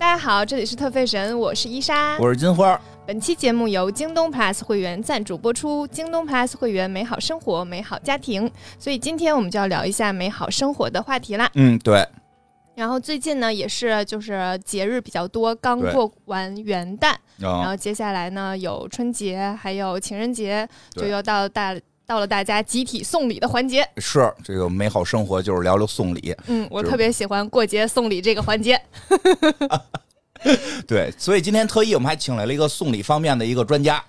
家好，这里是特费神，我是伊莎。我是金花，本期节目由京东 Plus 会员赞助播出。京东 Plus 会员，美好生活，美好家庭。所以今天我们就要聊一下美好生活的话题啦。嗯，对，然后最近呢，也是就是节日比较多，刚对过完元旦，然然后接下来呢有春节，还有情人节，就对又到大到了大家集体送礼的环节。是这个美好生活就是聊聊送礼，嗯，我是特别喜欢过节送礼这个环节。对，所以今天特意我们还请来了一个送礼方面的一个专家，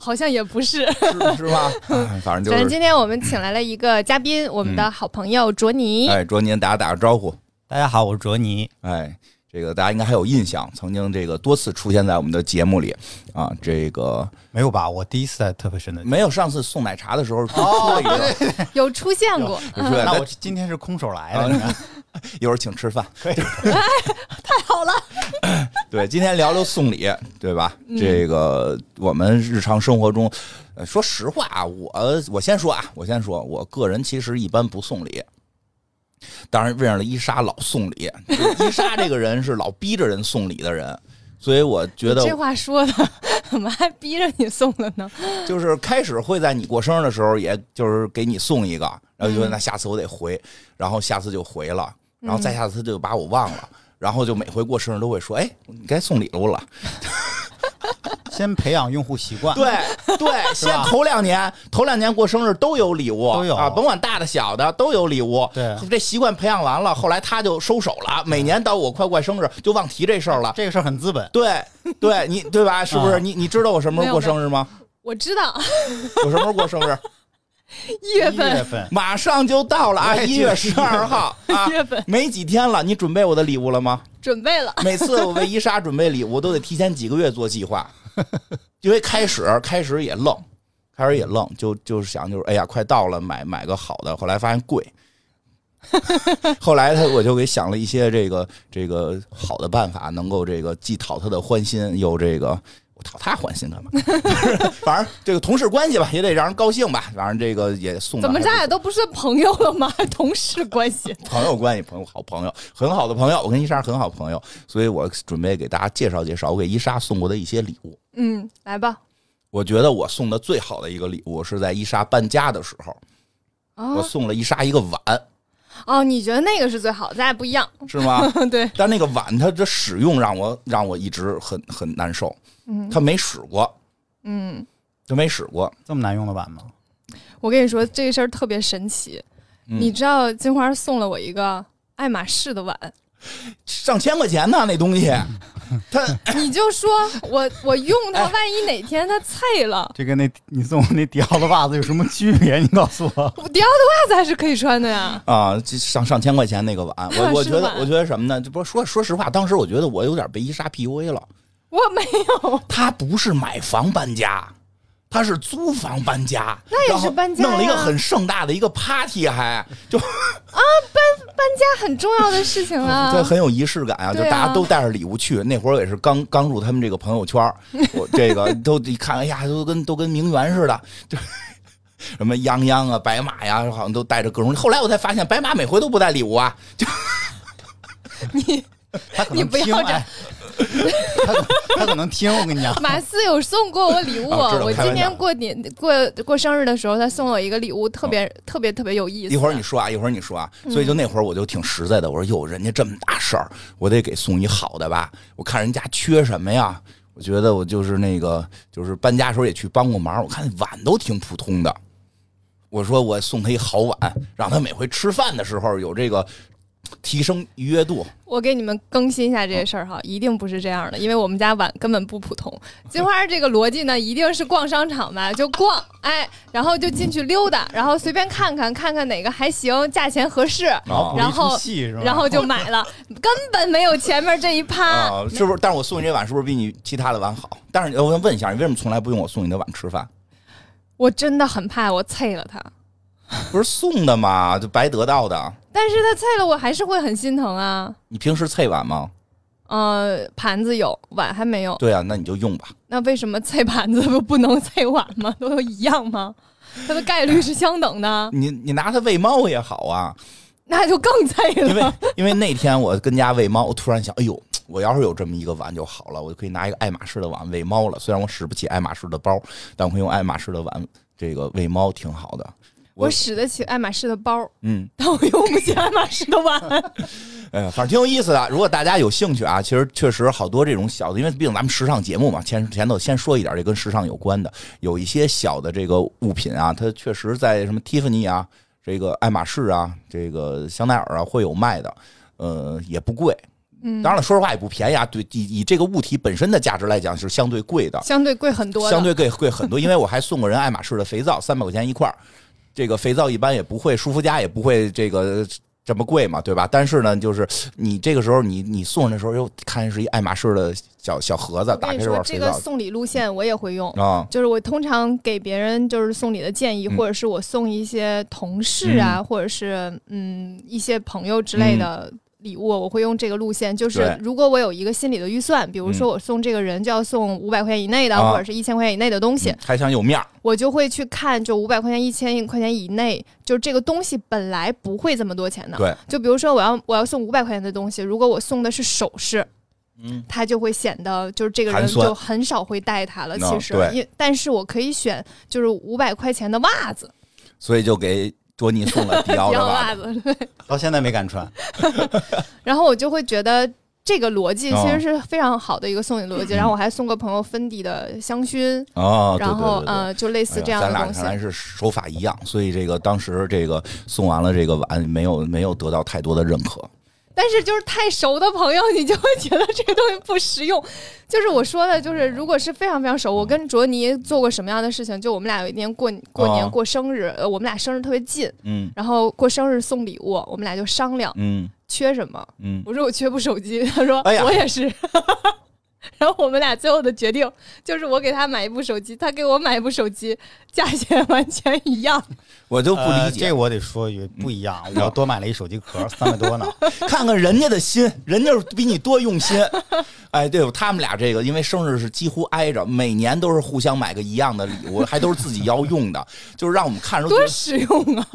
好像也不是，是是吧？哎反正 反正就是，今天我们请来了一个嘉宾，我们的嗯好朋友卓尼。哎，卓您打打个招呼，大家好，我是卓尼。哎，这个大家应该还有印象，曾经这个多次出现在我们的节目里啊，这个没有吧？我第一次在特费神的，没有上次送奶茶的时候出了一个，有出现过， 对，那咱我今天是空手来啊的。你看一会儿请吃饭。可以，好了，对，今天聊聊送礼，对吧？这个我们日常生活中，呃，说实话啊，我我先说啊，我先说，我个人其实一般不送礼。当然，为了伊莎老送礼，就伊莎这个人是老逼着人送礼的人，所以我觉得这话说的，怎么还逼着你送了呢？就是开始会在你过生日的时候，也就是给你送一个，然后就说那下次我得回，然后下次就回了，然后再下次就把我忘了，然后就每回过生日都会说，哎，你该送礼物了。先培养用户习惯。，对 对，先头两年，头两年过生日都有礼物，都有啊，甭管大的小的都有礼物。对这习惯培养完了，后来他就收手了。每年到我快过生日就忘提这事儿了。这个事儿很资本。对对，你对 吧？是不是？啊你你知道我什么时候过没有生日吗？我知道我什么时候过生日？一月一份，月份，马上就到了啊，我也一记得月十二号 啊一，月份没几天了。你准备我的礼物了吗？准备了， 每次我为伊莎准备礼物，都得提前几个月做计划，因为开始开始也愣，开始也愣，就就是想就是哎呀，快到了，买买个好的。后来发现 贵，后来他我就给想了一些这个这个好的办法，能够这个既讨他的欢心，又这个。我讨他欢心 干嘛？反正这个同事关系吧，也得让人高兴吧。反正这个也送的怎么还咱俩都不是朋友了吗？ 还同事关系？朋友关系，朋友好朋友，很好的朋友，我跟伊莎是很好朋友，所以我准备给大家介绍介绍我给伊莎送过的一些礼物。嗯，来吧。我觉得我送的最好的一个礼物是在伊莎搬家的时候，我哦送了伊莎一个碗，哦，你觉得那个是最好，咱俩不一样。是吗？ 对，但那个碗它的使用让我让我一直很很难受，嗯它没使过，嗯，它没使过，这么难用的碗吗？我跟你说这个事儿特别神奇，嗯你知道金花送了我一个爱马仕的碗， 上千块钱呢那 东西，它你就说我我用它，万一哪天它碎了，这跟那你送我那迪奥的袜子有什么区别？你告诉我。 我迪奥的袜子还是可以穿的呀。啊，这上上千块钱那个碗，我我是觉得碗我觉得什么呢？这不是说说实话，当时我觉得我有点被伊莎 PUA 了。我没有，他不是买房搬家，他是租房搬家，那也然后是搬家呀弄了一个很盛大的一个 party，还 就、这很重要的事情啊 这。很有仪式感啊，就对啊大家都带着礼物去。那会儿也是刚刚入他们这个朋友圈 儿，我这个都一看，哎呀，都跟都跟名媛似的，就。什么泱泱啊，白马呀，好像都带着各种。后来我才发现，白马每回都不带礼物啊，他可你能不要听，这样哎、他可他可能听。我 跟你讲， 马斯有送过我礼物，啊知道我开玩今年笑过年过过生日的时候，他送了我一个礼物，特别、特别特别有意思。嗯一会儿你说啊，一会儿你说啊，所以就那会儿我就挺实在的，我说哟，人家这么大事儿，我得给送一好的吧。我看人家缺什么呀，我觉得我就是那个，就是搬家时候也去帮过忙，我看碗都挺普通的。我说我送他一好碗，让他每回吃饭的时候有这个提升愉悦度。我给你们更新一下这些事儿哈，一定不是这样的，因为我们家碗根本不普通。金花这个逻辑呢，一定是逛商场吧，就逛，哎，然后就进去溜达，然后随便看看，看看哪个还行，价钱合适，哦然我一后出戏是吧然后就买 了，根本没有前面这一趴。啊、是不是？但是我送你这碗是不是比你其他的碗好？但是我想问一下，你为什么从来不用我送你的碗吃饭？ 我真的很怕我啐了他，不是送的吗？就白得到的。但是他啐了我还是会很心疼啊。你平时啐碗吗？呃，盘子有，碗还没有。对啊，那你就用吧。那为什么啐盘子不不能啐碗吗？都嗯一样吗？它的概率是相等的。你你拿它喂猫也好啊，那就更醉因为 了。因为那天我跟家喂猫，我突然想，哎呦，我要是有这么一个碗就好了，我就可以拿一个爱马仕的碗喂猫了。虽然我使不起爱马仕的包，但我可以用爱马仕的碗这个喂猫，挺好的。我我使得起爱马仕的包，嗯，但我用不起爱马仕的碗。 哎呀，反正挺有意思的。如果大家有兴趣啊，其实确实好多这种小的，因为毕竟咱们时尚节目嘛，前前头先说一点这跟时尚有关的，有一些小的这个物品啊，它确实在什么蒂芙尼啊、这个爱马仕啊、这个香奈儿啊会有卖的，呃，也不贵。嗯，当然了，说实话也不便宜啊。对，以以这个物体本身的价值来讲，是相对贵的，相对贵很多的。相对贵贵很多。因为我还送过人爱马仕的肥皂，三百块钱一块儿。这个肥皂一般也不会，舒肤佳也不会这个这么贵嘛，对吧？但是呢，就是你这个时候你你送人的时候，又看是一爱马仕的小小盒子，我跟打开你这说，包这肥个皂送礼路线我也会用。啊，就是我通常给别人就是送礼的建议，嗯或者是我送一些同事啊，或者是嗯一些朋友之类的礼物，我会用这个路线。就是嗯对嗯如果我有一个心理的预算，比如说我送这个人就要送五百块钱以内的，啊或者是一千块钱以内的东西，嗯还想有面儿，我就会去看，就五百块钱、一千块钱以内，就这个东西本来不会这么多钱的。对，就比如说我要我要送五百块钱的东西，如果我送的是首饰，嗯，它就会显得就是这个人寒酸就很少会戴它了。 No，其实，对因但是我可以选就是五百块钱的袜子，所以就给卓尼 送了迪奥迪的奥袜袜子。子，到现在没敢穿。然后我就会觉得这个逻辑哦其实是非常好的一个送礼 逻辑。然后我还送过朋友芬迪的香薰，哦，对然后对对对呃，就类似这样哎呀的咱俩东西看。来是手法一样，所以这个当时这个送完了这个碗，没有没有得到太多的认可。但是就是太熟的朋友，你就会觉得这个东西不实用。 就是我说的，就是如果是非常非常熟，我跟卓尼做过什么样的事情？就我们俩有一年过过年哦过生日，呃，我们俩生日特别近，嗯然后过生日送礼物，我们俩就商量嗯缺什么。嗯，我说我缺部手机，他说哎呀我也是。 然后我们俩最后的决定就是我给他买一部手机，他给我买一部手机，价钱完全一样。我就不呃理这解，嗯个我得说一句不一样，我多买了一手机壳，三 百多呢。 看看人家的心，人家比你多用心。 哎，对，他们俩这个因为生日是几乎挨着，每年都是互相买个一样的礼物，还都是自己要用的， 就是让我们看着都觉多得实用啊！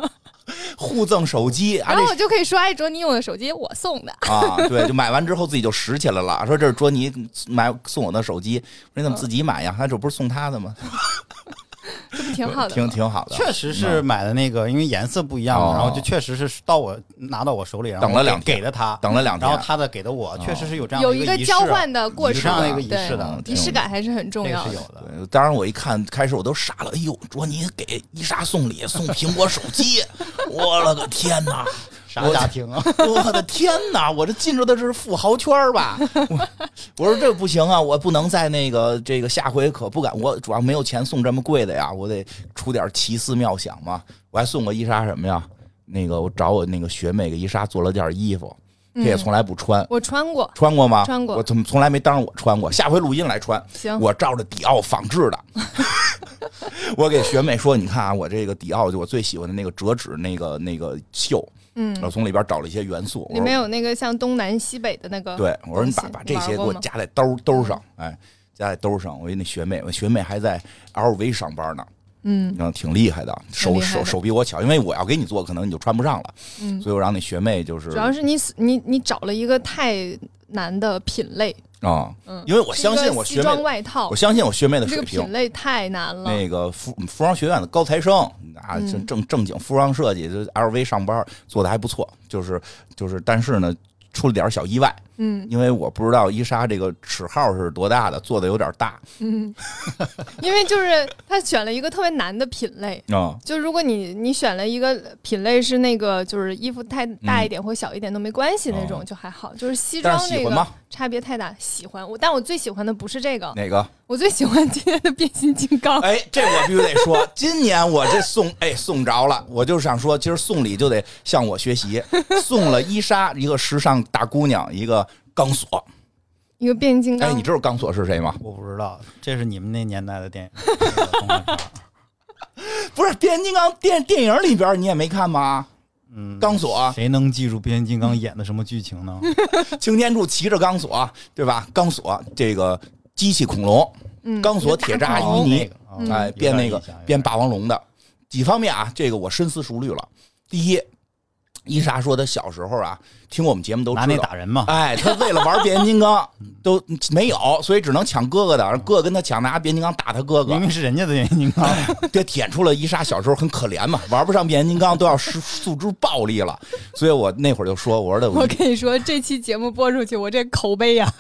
互赠手机啊然后我这。就可以说，哎，卓尼用的手机我送的， 啊，对，就买完之后自己就拾起来了，说这是卓尼买送我的手机，我说你怎么自己买呀？他这不是送他的吗？这不挺好的吗？ 挺挺好的，确实是买的那个，因为颜色不一样嗯哦嘛，然后就确实是到我拿到我手里，然后等了两我给给了他，等了两天然后他的给的我，确实是有这样有的一个个仪式交啊换的过有程，这样的一个仪对式的，挺仪式感还是很重这个要是的有。的。对，当然我一看开始我都傻了，哎呦，卓尼给伊莎送礼送苹果手机，我了个天哪！啥家庭啊？ 我的天哪！我这进入的是富豪圈儿吧？我我说这不行啊，我不能在那个这个下回可不敢，我主要没有钱送这么贵的呀，我得出点奇思妙想嘛。我还送过伊莎什么呀？那个我找我那个学妹给伊莎做了件衣服，她也从来不穿，我穿过，穿过吗？嗯穿过我怎么从来没当着我穿过？下回录音来穿。行我照着迪奥仿制的。 我给学妹说，你看啊，我这个迪奥就我最喜欢的那个折纸那个那个袖，嗯，我从里边找了一些元素。我里说面有那个像东南西北的那个，对，我说你把东西把这玩些给过我吗夹在兜兜上，嗯哎，夹在兜上。我那学妹，我学妹还在 LV 上班呢，嗯，嗯，挺厉害的，手厉害手的手比我巧，因为我要给你做，可能你就穿不上了，嗯所以我让那学妹就是主要是你你你找了一个太难的品类，啊，嗯，因为我是一相信个我西学装妹，外套我，相信我学妹的这水个平品。类太难了，那个服服装学院的高材生啊，嗯正正正经服装设计，就 LV 上班做的还不错，就是就是，但是呢，出了点小意外，嗯因为我不知道伊莎这个尺号是多大的，做的有点大嗯，因为就是他选了一个特别难的品类。啊、就如果你你选了一个品类是那个就是衣服太大一点或小一点都没关系那种就还好，就是西装但是这喜欢个吗？差别太大，喜欢我，但我最喜欢的不是这个，哪个？我最喜欢今天的变形金刚。哎，这我必须得说，今年我这送哎送着了，我就是想说，今儿送礼就得向我 学习，送了伊莎一个时尚大姑娘一个钢索。一个变形金刚，哎，你知道钢索是谁吗？ 我不知道，这是你们那年代的电影。这个动漫片儿嗯不是变形金刚电电影里边你也没看吗？嗯，钢索、啊谁能记住变形金刚演的什么剧情呢？擎天柱骑着钢索，对吧？钢索这个机器恐龙，嗯钢索铁渣一个大嗯淤孔泥，那个哎，变那个变霸王龙的几方面啊，这个我深思熟虑了。第一，伊莎说她小时候啊，听我们节目都拿知那道，打人嘛，哎，她为了玩变形金 刚都没有，所以只能抢哥哥的，然后哥哥跟她抢，拿变形金刚打她哥哥明，明是人家的原因啊。这点出了伊莎小时候很可怜嘛，玩不上变形金刚都要施诉诸暴力了，所以我那会儿就说，我说的我跟你说，这期节目播出去，我这口碑 呀、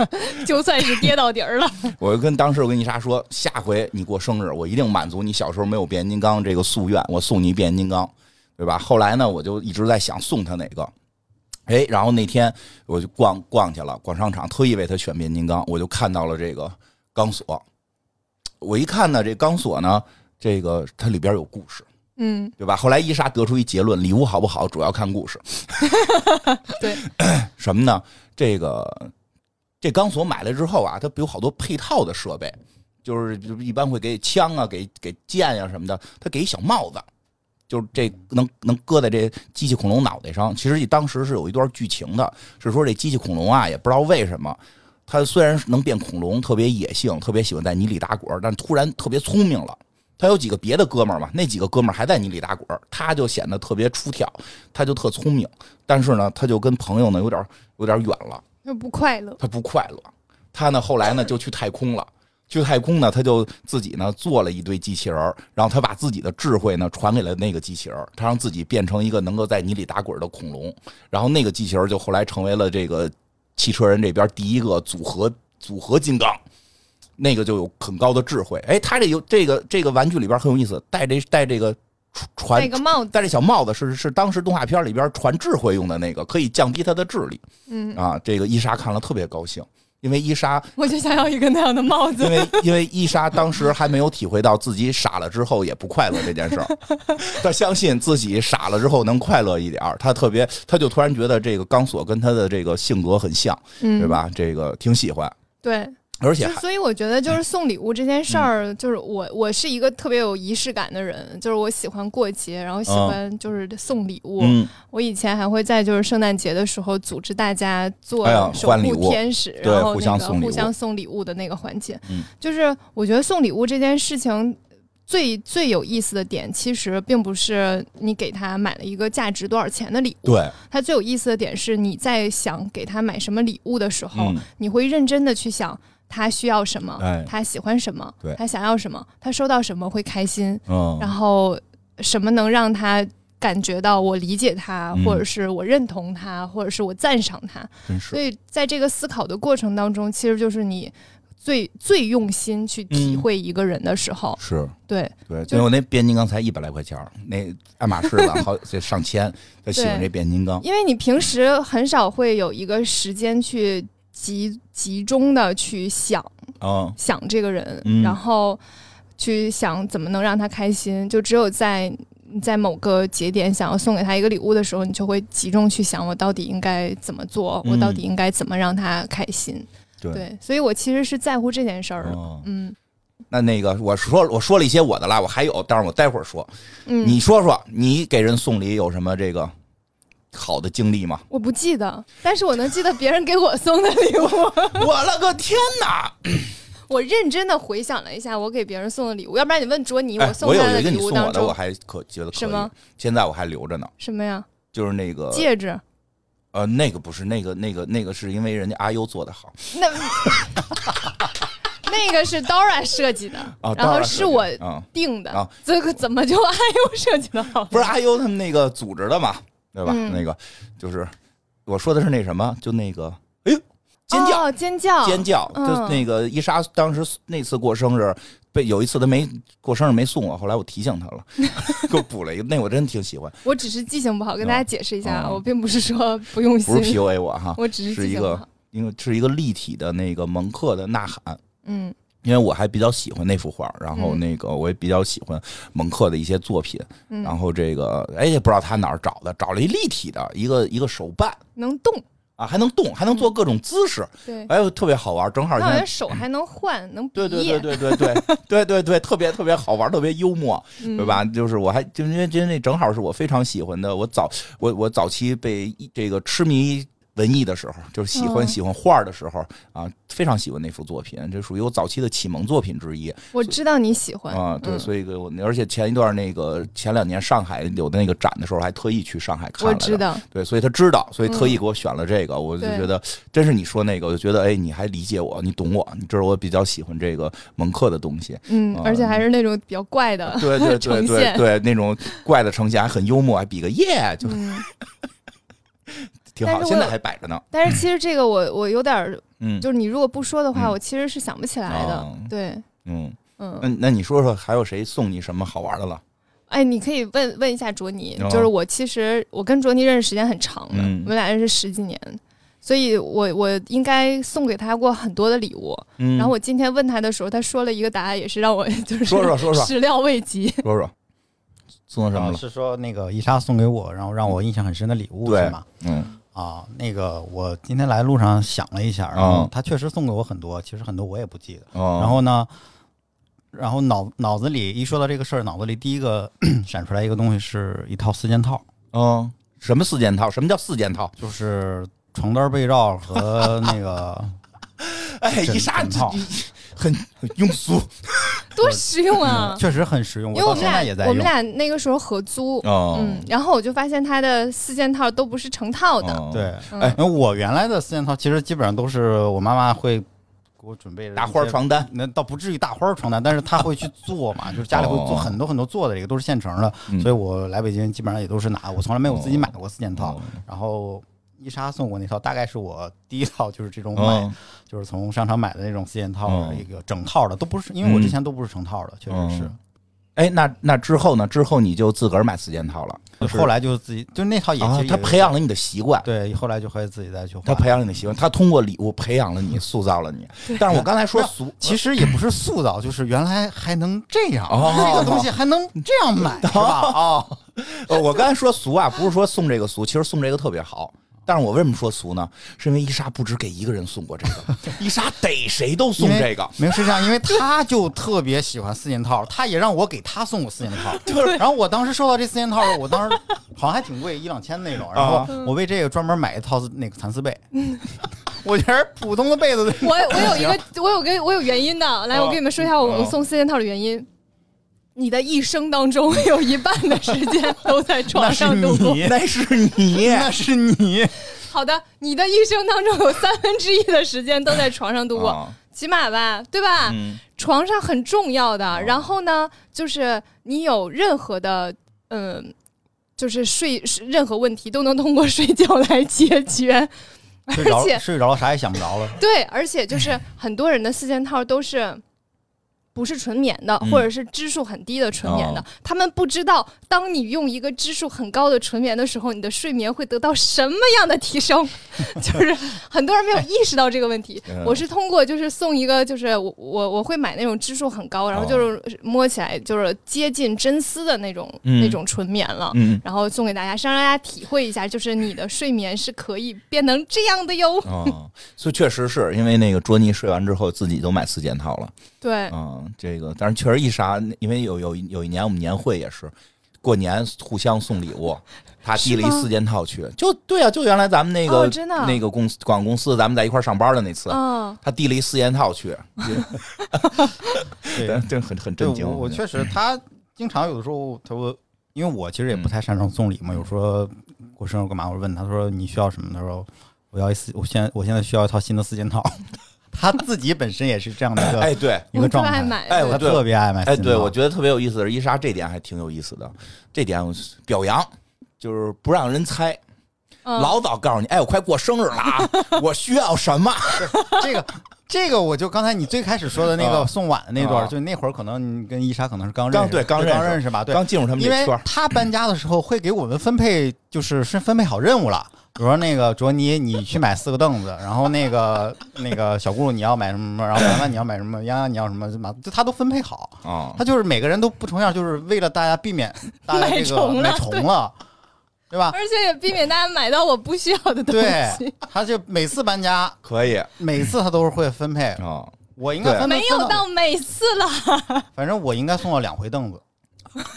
就算是跌到底儿了。我就跟当时我跟伊莎说，下回你过生日，我一定满足你小时候没有变形金刚这个夙愿，我送你一变形金刚，对吧？后来呢，我就一直在想送他哪个。哎，然后那天我就逛逛去了，逛商场，特意为他选变形金刚，我就看到了这个钢索。我一看呢，这钢索呢，这个它里边有故事，嗯，对吧？后来伊莎得出一结论：礼物好不好，主要看故事。 对， 什么呢？这个这钢索买了之后啊，它不有好多配套的设备，就是就是一般会给枪啊、给给剑啊什么的，它给一小帽子，就是这能能搁在这机器恐龙脑袋上。其实当时是有一段剧情的，是说这机器恐龙啊，也不知道为什么。它虽然能变恐龙，特别野性，特别喜欢在泥里打滚，但突然特别聪明了。他有几个别的哥们儿嘛，那几个哥们儿还在泥里打滚，他就显得特别出挑，他就特聪明，但是呢，他就跟朋友呢有点有点远了，就不快乐。他不快乐。他呢后来呢就去太空了，去太空呢他就自己呢做了一堆机器人儿，然后他把自己的智慧呢传给了那个机器人儿，他让自己变成一个能够在泥里打滚的恐龙，然后那个机器人儿就后来成为了这个汽车人这边第一个组合组合金刚。那个就有很高的智慧，哎，他这有这个这个玩具里边很有意思，戴这戴这个传戴个帽子，啊戴这小帽子是是当时动画片里边传智慧用的那个，可以降低他的智力。嗯，啊，这个伊莎看了特别高兴，因为伊莎， 我就想要一个那样的帽因 子。为因为伊莎当时还没有体会到自己傻了之后也不快乐这件事 儿，她相信自己傻了之后能快乐一点儿，她特别，她就突然觉得这个钢索跟她的这个性格很像，嗯，对？吧？这个挺喜欢，对，而且就还所以我觉得就是送礼物这件事儿，嗯就是我我是一个特别有仪式感的人，就是我喜欢过节，然后喜欢就是送礼物。嗯，我以前还会在就是圣诞节的时候组织大家做哎呀守换礼护物天使，对然后互那相个送礼互物相送礼物的那个环节。嗯就是我觉得送礼物这件事情。最最有意思的点，其实并不是你给他买了一个价值多少钱的礼物，对，它最有意思的点是，你在想给他买什么礼物的时候，嗯你会认真的去想他需要什么，哎他喜欢什么对，他想要什么，他收到什么会开心，然嗯，后什么能让他感觉到我理解他，嗯或者是我认同他，或者是我赞赏他。真所是，以在这个思考的过程当中，其实就是你最最用心去体嗯会一个人的时候，是。对。对，就因为我那变形金刚才一百来块钱儿，那爱马仕 的好这上千，他喜欢对这变形金刚，因为你平时很少会有一个时间去集集中的去想嗯，想这个人，嗯然后去想怎么能让他开心，就只有在你在某个节点想要送给他一个礼物的时候，你就会集中去想我到底应该怎么做，嗯我到底应该怎么让他开心。对对，所以我其实是在乎这件事儿的。嗯。嗯那那个，我说我说了一些我的啦，我还有，但是我待会儿说。嗯，你说说，你给人送礼有什么这个好的 经历吗？我不记得，但是我能记得别人给我送的礼 物。我了个天哪！我认真的回想了一下，我给别人送的礼物，要不然你问卓尼，哎，送我有他一个你礼送物当我的，中我还可觉得可什么以，现在我还留着呢。什么呀？就是那个戒指？呃，那个不是那个那个那个，是因为人家阿优做的好那 那个是 Dora 设计的，啊。然后是我啊，定的，啊这个怎么就哎呦设计的好？不是阿优他们那个组织的嘛，对吧？嗯那个就是我说的是那什么，就那个哎呦尖叫，哦、尖叫，尖叫，嗯就那个伊莎当时那次过生日，被有一次她没过生日没送我，后来我提醒她了， 给我补了一个，那我真挺 喜欢，我只是记性不好，跟大家解释一下，啊我并不是说不用不心，是 PUA 我哈， 我只是记一性不个好。因为是一个立体的那个蒙克的呐喊，嗯因为我还比较喜欢那幅画，然后嗯那个我也比较喜欢蒙克的一些作品，嗯然后这个哎也不知道他哪儿找的，找了一立体的一个一个手办能动，啊，还能动，还能做各种姿势，嗯对，哎呦特别好玩，正好那现好在像手还能换，能比对耶，对对对对对 对对对，特别特别好玩，特别幽默，嗯对吧？就是我还就因为因为那正好是我非常喜欢的，我早我我早期被一这个痴迷文艺的时候，就是喜欢嗯喜欢画儿的时候啊，非常喜欢那幅作品，这属于我早期的启蒙作品之一我知道你喜欢啊。对，嗯所以给我而且前一段那个前两年上海有的那个展的时候，还特意去上海看我了。知道，对，所以他知道，所以特意给我选了这个，我就嗯对觉得真是你说那个，我就觉得哎，你还理解我，你懂我，你知道我比较喜欢这个蒙克的东西，嗯啊，而且还是那种比较怪的，对对对呃呈对现对，那种怪的呈现还很幽默，还比个耶， 就嗯。挺好，但是我现在还摆着呢，但是其实这个我我有点儿，嗯就是你如果不说的话，嗯我其实是想不起来的哦。对，嗯，那嗯，那你说说还有谁送你什么好玩的了？哎，你可以问问一下卓尼哦，就是我其实我跟卓尼认识时间很长的，嗯我们俩认识十几年。所以我我应该送给他过很多的礼物，嗯，然后我今天问他的时候，他说了一个答案，也是让我 就是说说说说始料未及。 说说送什么了？ 啊是说那个伊莎送给我，然后让我印象很深的礼物对是吗？嗯啊，那个我今天来路上想了一下，然嗯后他确实送给我很多，其实很多我也不记得。哦，然后呢，然后脑脑子里一说到这个事儿，脑子里第一个 闪出来一个东西是一套四件套，嗯，什么四件套？什么叫四件套？就是床单被罩 和那个嗯哎，枕一莎枕这套很很庸俗多实用啊！嗯确实很实用，因为到我们现在俩也在我用们。俩那个时候合租，哦 嗯，然后我就发现他的四件套都不是成套的，哦对，嗯哎，因为我原来的四件套其实基本上都是我妈妈会给我准备的大花儿一些床单，那倒不至于大花儿床单，但是他会去做嘛，就是家里会做很多很多做的，这个都是现成的，哦嗯所以我来北京基本上也都是拿，我从来没有自己买过四件套。哦然后伊莎送我那套，大概是我第一套就是这种买，嗯就是从商场买的那种四件套，嗯一个整套的，都不是，因为我之前都不是成套的，确实是。哎，那那之后呢？之后你就自个儿买四件套了，就是后来就自己就那套也啊其，实他也培养了你的习惯，对，后来就会自己再去花。他培养了你的习惯，他通过礼物培养了你，塑造了你。但是我刚才说没有俗，其实也不是塑造，就是原来还能这样，哦这个东西还能这 样买，是吧？哦，呃，我刚才说俗啊，不是说送这个俗，其实送这个特别好。但是我为什么说俗呢？是因为伊莎不止给一个人送过这个，伊莎逮谁都送因为这个。没有是这样，因为他就特别喜欢四件套，他也让我给他送我四件 套。对，然后我当时收到这四件套，我当时好像还挺贵，一两千那种。然后啊嗯我为这个专门买一套那个蚕丝被，我觉得普通的被 子我我有一个，我有个，我有原因的。来，哦我跟你们说一下我哦我送四件套的原因。你的一生当中有一半的时间都在那床是上度过。你，那是你， 那是你，好的，你的一生当中有三分之一的时间都在床上度过，啊起码吧，对吧？嗯哦床上很重要的。然后呢，就是你有任何的，嗯，就是睡是任何问题都能通过睡觉来解决。睡着而且了睡着了，啥也想不着了。对，而且就是很多人的四件套都是。不是纯棉的，嗯或者是支数很低的纯棉的，哦他们不知道，当你用一个支数很高的纯棉的时候，你的睡眠会得到什么样的提升？ 就是很多人没有意识到这个问题。嗯我是通过就是送一个，就是我我我会买那种支数很高，然后就是摸起来就是接近真丝的那种、哦嗯那种纯棉了，嗯然后送给大家，是让大家体会一下，就是你的睡眠是可以变成这样的哟。啊，所以确实是因为那个卓尼睡完之后自己都买四件套了。对，嗯，这个，但是确实一啥，因为有有有一年我们年会也是，过年互相送礼物，他递了一是吗四件套去，就对啊，就原来咱们那个、哦真的啊那个公司广告公司，咱们在一块儿上班的那次，嗯。他递了一四件套去，对这这哎很很对，震惊。嗯我 我确实，他经常有的时候，他说，因为我其实也嗯不太擅长送礼嘛，有时候过生日干嘛，我问他，他说你需要什么？他说我要一四，我现在我现在需要一套新的四件套。 他自己本身也是这样的一个、哎对，一个状我特爱态，买，哎我 他特别爱买四哎件套。对，我觉得特别有意思的是，伊莎这点还挺有意思的，这点我表扬，就是不让人猜，嗯啊老早告诉你，哎，我快过生日 了啊，我需要什么？这个。这个我就刚才你最开始说的那个啊送碗的那段，啊就那会儿可能你跟伊莎可能是刚认刚识，对刚刚认识认识吧，啊对，刚进入他们这因为圈儿，他搬家的时候会给我们分配，就是是分配好任务了。比如说那个卓尼，你去买四个凳子，然后那个那个小顾你要买什么什么，然后凡凡你要买什么，洋洋你要什么，就把就他都分配好。啊、他就是每个人都不重样，就是为了大家 避免大家买这个重了买重了，对吧？而且也避免大家买到我不需要的 东对西。，他就每次搬家，可以啊。啊每次他都是会分配。我应该对分配没有分到每次了，反正我应该送了两回凳子，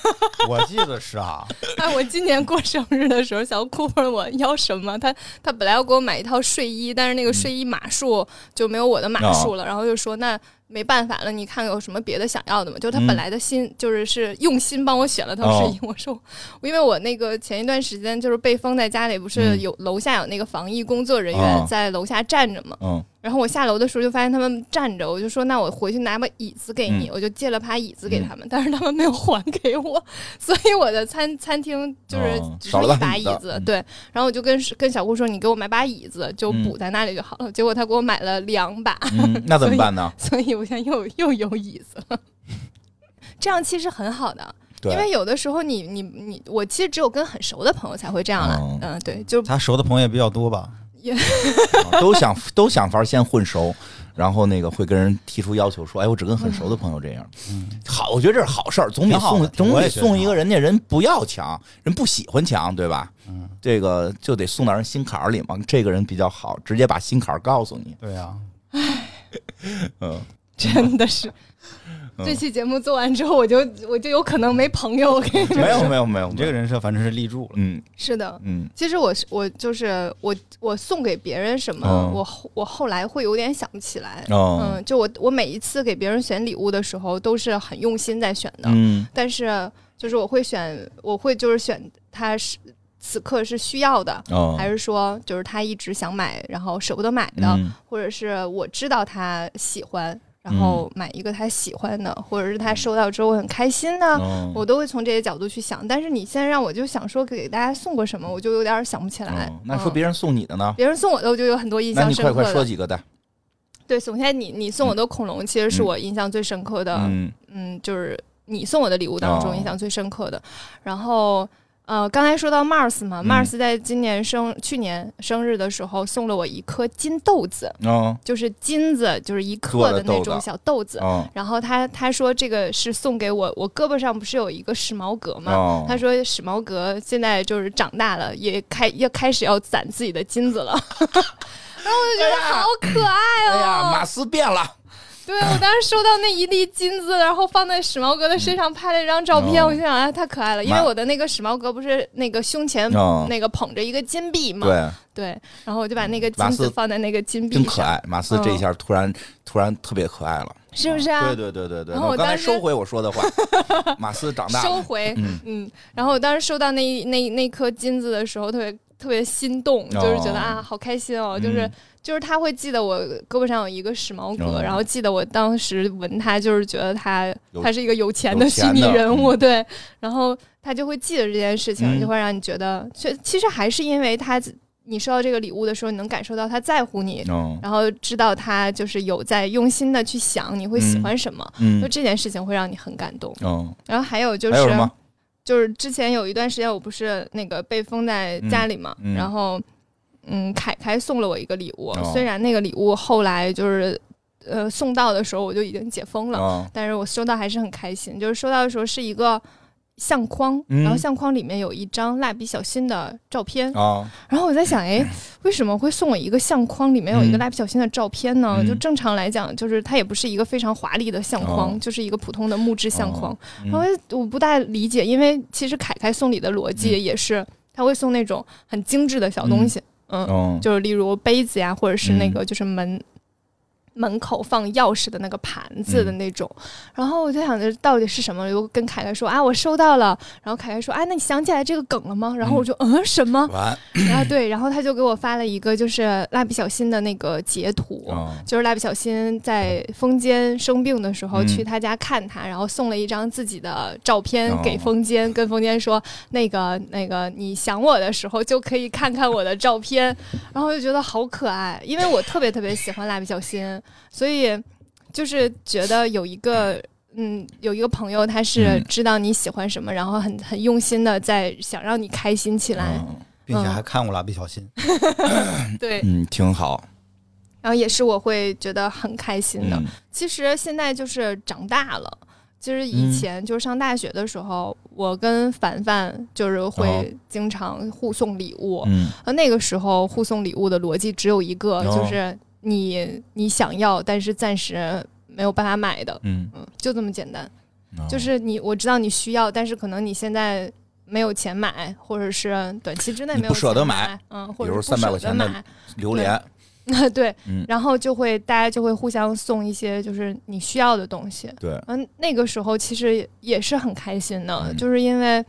我记得是啊，哎，我今年过生日的时候，小顾问我要什么，他他本来要给我买一套睡衣，但是嗯那个睡衣码数就没有我的哦码数了，然后就说那没办法了，你看有什么别的想要的吗？就他嗯本来的心、就是是用心帮我选了套哦睡衣，我说因为我那个前一段时间就是被封在家里，不是嗯有、楼下有那个防疫工作人啊哦员在楼下站着嘛，嗯然后我下楼的时候就发现他们站着，我就说那我回去拿把椅子给你，嗯我就借了把椅子给他们，但是他们没有还给我，所以我的餐餐厅就是哦只少剩了一把把椅椅子子，嗯对。然后我就跟跟小顾说，你给我买把椅子，就嗯补在那里就好了。结果他给我买了两把，嗯，那怎么办呢？所以我现在又又有椅子了。 这样其实很好的，对，因为有的时候你你你，我其实只有跟很熟的朋友才会这样了。哦嗯，对，就他熟的朋友也比较多吧？啊都想都想法儿先混熟，然后那个会跟人提出要求说，哎，我只跟很熟的朋友这样。嗯，好，我觉得这是好事儿，总比挺好送的总我比也觉得送一挺好个人家人不要强，人不喜欢强，对吧？嗯，这个就得送到人心坎儿里嘛。这个人比较好，直接把心坎儿告诉你。对啊，嗯， 真的是。嗯这期节目做完之后，我就我就有可能没朋 友。我跟你们 没有没有没有， 你这个人，人设反正是立住了。嗯是的，嗯其实我是我就是我我送给别人什么，嗯我后我后来会有点想不起来。哦嗯，就我我每一次给别人选礼物的时候，都是很用心在选的，嗯但是就是我会选，我会就是选他是此刻是需要的。哦，还是说，就是他一直想买，然后舍不得买的，嗯或者是我知道他喜欢，然后买一个他喜欢的，或者是嗯他收到之后很开心的，哦我都会从这些角度去想。但是你现在让我就想说给大家送过什么，我就有点想不起来。哦那说嗯别人送你的呢？别人送我的，我就有很多印那象你深快刻的。快说几个的。对，首先你你送我的恐龙，其实是我印象最深刻的，嗯嗯就是你送我的礼物当哦中印象最深刻的。然后。呃，刚才说到 Mars 嘛、嗯 m a r s 在今年生去年生日的时候送了我一颗金豆子，哦就是金子，就是一做克的的那豆子种小豆子。哦然后他他说这个是送给我，我胳膊上不是有一个史矛革吗？哦，他说史矛革现在就是长大了，也开要开始要攒自己的金子了。 然后我就觉得好可爱哎呀，哦！马斯变了。对我当时收到那一粒金子，然后放在史矛革的身上拍了一张照片，哦我就想啊，太可爱了，因为马我的那个史矛革不是那个胸前哦那个捧着一个金币嘛，对，对然后我就把那个马金斯子放在那个金真币可上，爱。马斯这一下突然突然特别可爱了。是嗯不是啊？对对对对对，然后我刚才当时收回我说的 话，马斯长大收了，回，嗯嗯，然后我当时收到那那那颗金子的时候，特别特别心动，哦就是觉得啊，好开心哦，就是嗯就是他会记得我胳膊上有一个史矛哦革，然后记得我当时闻他，就是觉得他有他是一个有钱有的虚钱的拟人物，对，然后他就会记得这件事情，嗯就会让你觉得，其其实还是因为他你收到这个礼物的时候，你能感受到他在乎你。嗯然后知道他就是有在用心的去想你会喜欢什么，就嗯这件事情会让你很感动。嗯，然后还有就是还有什么？就是之前有一段时间，我不是那个被封在家里嘛，嗯嗯然后嗯，凯凯送了我一个礼物，哦虽然那个礼物后来就是呃送到的时候我就已经解封了，嗯但是我收到还是很开心。就是收到的时候是一个相框，嗯然后相框里面有一张蜡笔小新的照片，啊，然后我在想， 哎，为什么会送我一个相框？里面有一个蜡笔小新的照片呢？嗯就正常来讲，就是它也不是一个非常华丽的相框，哦就是一个普通的木质相框。嗯然后我不大理解，因为其实凯凯送礼的逻辑也是，他会送那种很精致的小东西，嗯，嗯就是例如杯子呀，或者是那嗯个就是门。门口放钥匙的那个盘子的那种，然后我就想着到底是什么，我就跟凯凯说啊，我收到了。然后凯凯说啊，那你想起来这个梗了吗？然后我就嗯什么？ 完然后对，然后他就给我发了一个就是蜡笔小新的那个截图，嗯就是蜡笔小新在风间生病的时候嗯去他家看他，然后送了一张自己的照片哦给风间，跟风间说那个那个你想我的时候就可以看看我的照片，然后我就觉得好可爱，因为我特别特别喜欢蜡笔小新，所以就是觉得有一个。嗯，有一个朋友，他是嗯知道你喜欢什么，然后很很用心的在想让你开心起来，嗯并且还看过蜡笔小新，对，嗯，挺好，然后也是我会觉得很开心的。嗯其实现在就是长大了。其实嗯以前就是上大学的时候，我跟凡凡就是哦会经常互送礼物。嗯呃，那个时候互送礼物的逻辑只有一个，哦就是你你想要但是暂时没有办法买的，嗯，哦嗯，就这么简单。就是你我知道你需要，但是可能你现在没有钱买，或者是短期之内你没有不舍得钱买买，嗯，或比者如是不300舍块得钱的买， 榴莲，对，嗯然后就会大家就会互相送一些就是你需要的东西，对，嗯，那个时候其实也是很开心的，嗯就是因为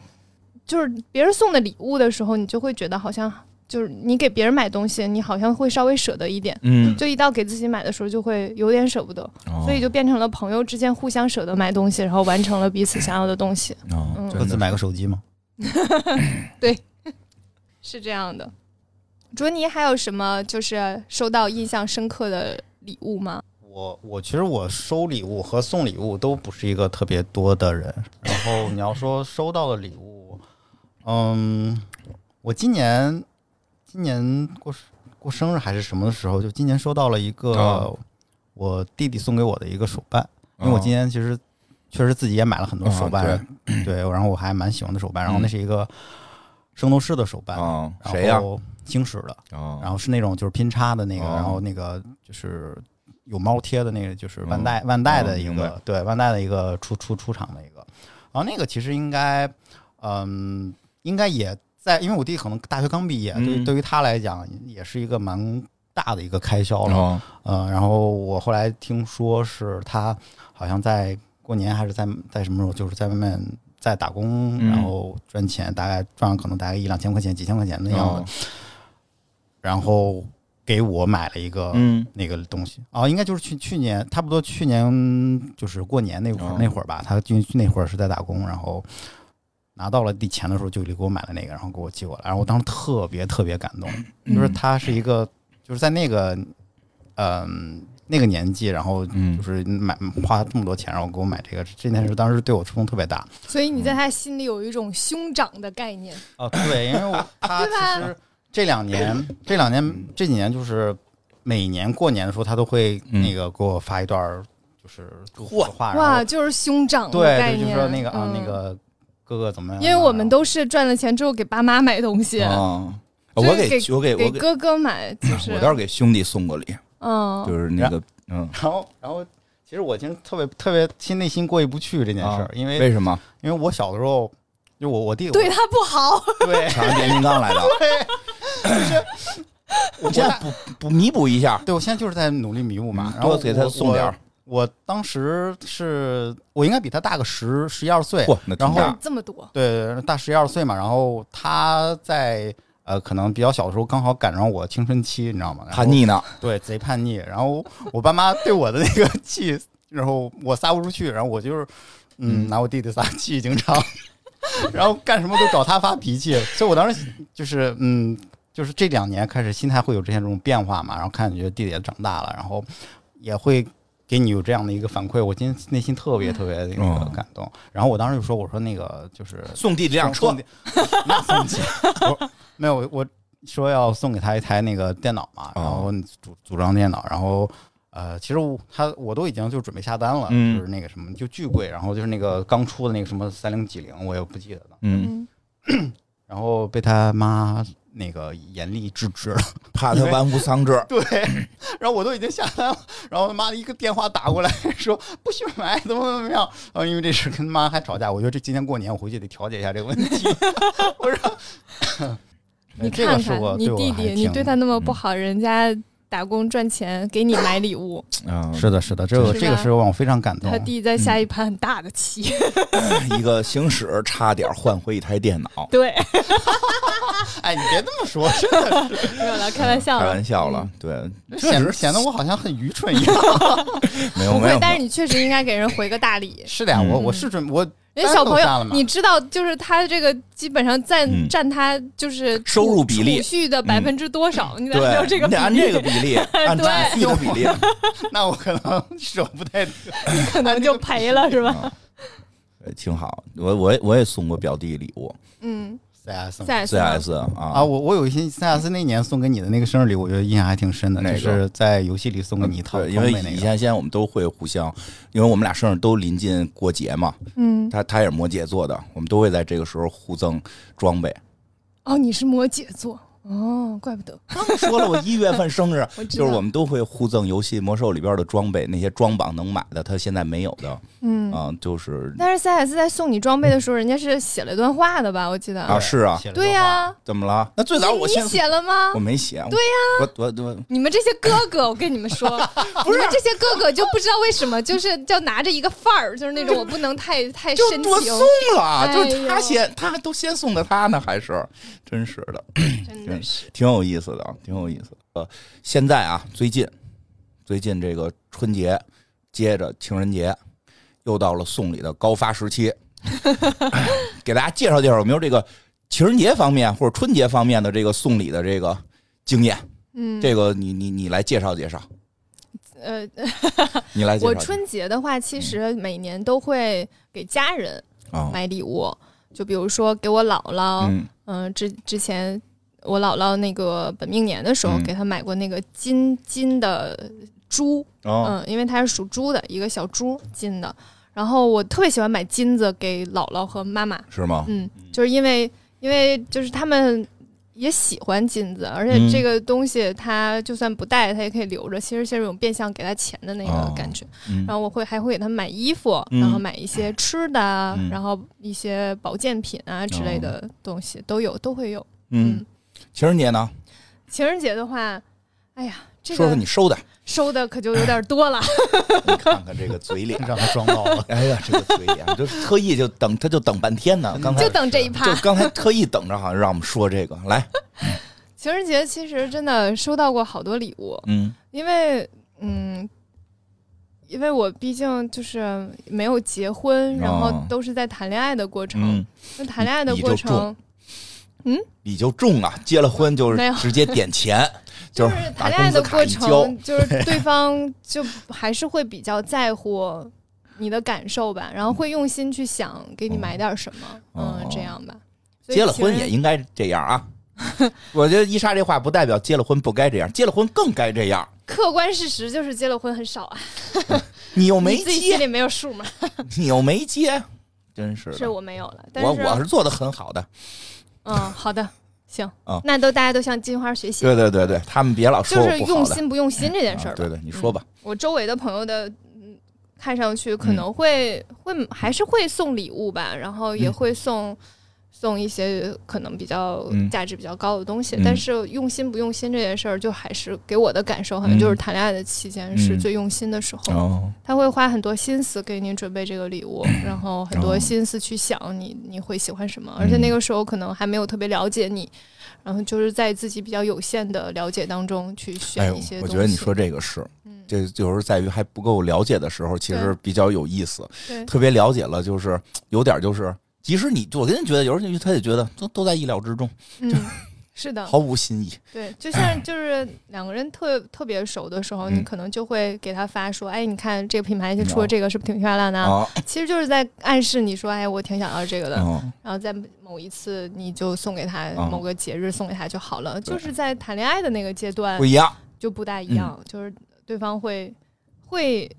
就是别人送的礼物的时候，你就会觉得好像就是你给别人买东西，你好像会稍微舍得一点，嗯，就一到给自己买的时候就会有点舍不得，哦所以就变成了朋友之间互相舍得买东西，然后完成了彼此想要的东 西，哦嗯各真自的买个手机嘛。是这样的。卓尼还有什么就是收到印象深刻的礼物吗？我我其实我收礼物和送礼物都不是一个特别多的人。然后你要说收到的礼物，嗯，我今年今年过生过生日还是什么的时候，就今年收到了一个哦我弟弟送给我的一个手办，因啊为我今年其实确实自己也买了很多手办，对，然后我还蛮喜欢的手办，然后那是一个圣斗士的手办，嗯啊，然谁呀？后青史的，啊，然后是那种就是拼插的那个，哦然后那个就是有猫贴的那个，就是万代、万代的一哦明个、白对万代的一个出出出厂的一个，然后那个其实应该，嗯，应该也在，因为我弟可能大学刚毕业，嗯对于对于他来讲也是一个蛮大的一个开销了，哦嗯，然后我后来听说是他好像在过年还是在在什么时候，就是在外面在打工，嗯然后赚钱，大概赚了可能大概一两千块钱、几千块钱的样子，哦然后给我买了一个嗯那个东西哦，应该就是去去年差不多去年就是过年那会儿、哦那会儿吧，他进去那会儿是在打工，然后拿到了地钱的时候就给我买了那个，然后给我寄过来，然后我当时特别特别感 动，就是嗯他是一个就是在那个嗯、那个年纪，然后嗯就，是买花这么多钱，然后给我买这个这件事，当时对我触动特别大所以你嗯在他心里有一种兄长的概念，哦，对，因为我 他对吧其实这两年这两嗯年这几年就是每年过年的时候，他都会嗯那个给我发一段儿就是祝福的话，然哇，后就是兄长的概哎对，念。就就说那个啊嗯那个哥哥怎么样啊，因为我们然后都是赚了钱之后给爸妈买东西，哦，就是我给给我给给我给哥哥买，就是我倒是给兄弟送过礼，嗯， 就是那个嗯，然后然后其实我其实特别特别心内心过意不去这件事儿啊，因为为什 么？因为我小的时候就我我弟我对他不好， 对。抢着变形金刚来的，我你现在大补补弥补一下，对我现在就是在努力弥补嘛，然后嗯多给他我送点儿。我我当时是我应该比他大个十十一二岁，嚯，那挺然后大，这么多，对，大十一二岁嘛。然后他在呃，可能比较小的时候，刚好赶上我青春期，你知道吗？然后叛，逆呢，对，贼叛逆。然后我爸妈对我的那个气，然后我撒不出去，然后我就是嗯，拿我弟弟撒气，经常， 然后干什么都找他发脾气。所以我当时就是嗯，就是这两年开始心态会有这些这种变化嘛，然后看觉得弟弟也长大了，然后也会给你有这样的一个反馈，我今天内心特别特别那个嗯感动。然后我当时就说，我说那个就是送弟这辆车送，给，那送不起，我没有我说要送给他一台那个电脑嘛，然后组组装电脑，然后。呃，其实我他我都已经就准备下单了，嗯就是那个什么就巨贵，然后就是那个刚出的那个什么三零几零，我也不记得了，嗯，嗯，然后被他妈那个严厉制止了。怕他顽固丧志，对， 然后我都已经下单了，然后他妈的一个电话打过来说不许买，怎么怎么样。然后因为这事跟妈还吵架，我觉得这今年过年我回去得调解一下这个问题。我说，哎你这个看是我看你对我弟还弟，挺你对他那嗯么不好，人家打工赚钱给你买礼物，嗯，是的，是的，这个是吧这个是让我非常感动啊他。弟在下一盘很大的棋， 一个行驶差点换回一台电脑，对，哎，你别这 么说，真的没有了，开玩笑开了玩。笑了，对，是显得显得我好像很愚蠢一样。。没有不没会有，，但是你确实应该给人回个大礼 是的呀，我嗯我是准我人家小朋单都下友了，嘛你知道，就是他这个基本上占嗯占他就是收入比例嗯储蓄的百分之多少？你得按照对，这个你比得按例，这个比 例，按对占比的比例， 那我可能 手不太得可能就赔了，是吧？哦呃挺好。我我也我也送过表弟礼物嗯， CS 再说 CS 啊啊，我我有一些 CS 那年送给你的那个生日礼物，我觉得印象还挺深的，哪就个是在游戏里送给你一套对，装因为备那以个。前现在我们都会互相，因为我们俩生日都临近过节嘛，嗯，他他也是摩羯座的，我们都会在这个时候互赠装备。哦，你是摩羯座，哦，怪不得，说了我一月份生日，我知就道。是我们都会互赠游戏《魔兽》里边的装备，那些装榜能买的，他现在没有的，嗯，啊、就是但是 CS 在送你装备的时候，人家是写了段话的吧？我记得。啊，是啊，写了对段话呀、怎么了？那最早我哎你先写了吗我？没写，对呀、我我我你们这些哥哥，我跟你们说，不是这些哥哥就不知道为什么，就是叫拿着一个范儿，就是那种我不能太太就深我情送，了，啊就是哎他呦先，他都先送的他呢，还是真是的，真的是挺有意思的啊，挺有意思的。呃，现在啊，最近最近这个春节，接着情人节，又到了送礼的高发 时期，给大家介绍介绍有没有这个情人节方面或者春节方面的这个送礼的这个经验，嗯，这个你你你来介绍介绍，呃，你来介绍我介绍。春节的话，其实每年都会给家人啊，买礼物，就比如说给我姥姥，嗯嗯、之之前我姥姥那个本命年的时候，嗯给她买过那个金金的猪，哦嗯，因为它是属猪的一个小猪金的。然后我特别喜欢买金子给姥姥和妈妈，是吗？嗯，就是因为因为就是他们也喜欢金子，而且嗯这个东西它就算不戴，它也可以留着，其实是一种变相给他钱的那哦个感觉。嗯然后我会还会给他们买衣服，嗯然后买一些吃的啊，嗯哦然后一些保健品啊之类的东西都有，都会有。嗯，情人节呢，情人节的话，哎呀，这说说个 你收的，收的可就有点多 了。你看看这个嘴 脸。。让他装到了哎呀，这个嘴脸，我就是特意就等，他就等半天呢。刚才就等这一趴就刚才特意等着，好像让我们说这个来。情人节其实真的收到过好多礼物， 嗯因为嗯。因为我毕竟就是没有结婚，然后哦都是在谈恋爱的过程嗯。，那、谈恋爱的你过就程，你就中啊，结了婚就没有是直接点 钱，就是谈把恋爱工的资过卡一交。程，就是 对方就还是会比较在乎你的感受吧，然后会用心去想给你买点什么，哦嗯，这样吧。所以结了婚情也人应该这样啊。我觉得伊莎这话不代表结了婚不该这样，结了婚更该这样。客观事实就是结了婚很少啊，你又我没自己心结，里没有数嘛，你又没结，真是是的。我没有了。但我我是是做的很好的，嗯，好的，行啊，那都大家都向金花学习，对对对对，他们别老说就我是不用好的。心不用心这件事啊儿吧对。对，你说吧。我周围的朋友的，嗯，看上去可能会、会还是会送礼物吧，然后也嗯会送、送一些可能比较嗯价值比较高的东西，嗯但是用心不用心这件事儿，就还是给我的感受，好像嗯就是谈恋爱的期间是嗯最用心的时候，哦，他会花很多心思给你准备这个礼物，然后很多哦心思去想你你会喜欢什嗯么，而且那个时候可能还没有特别了解你。然后就是在自己比较有限的了解当中去哎选一些我东西。嗯觉得你说这个是，这就是在于还不够了解的时候，其实对比较有意思。对特别了解了，就是有点就是，即使你我跟人觉得，有时候他也觉得都都在意料之中，嗯， 是的，毫无新意。对，就像就是两个人特特别熟的时候，你嗯可能就会给他发说，哎，你看这个品牌就出哦了这个，是不是挺漂亮的啊？啊，其实就是在暗示你说，哎，我挺想要这个的。嗯然后在某一次你就送给他哦某个节日送给他就好了，对就是在谈恋爱的那个阶段 不一样。就不大一样，就是对方会会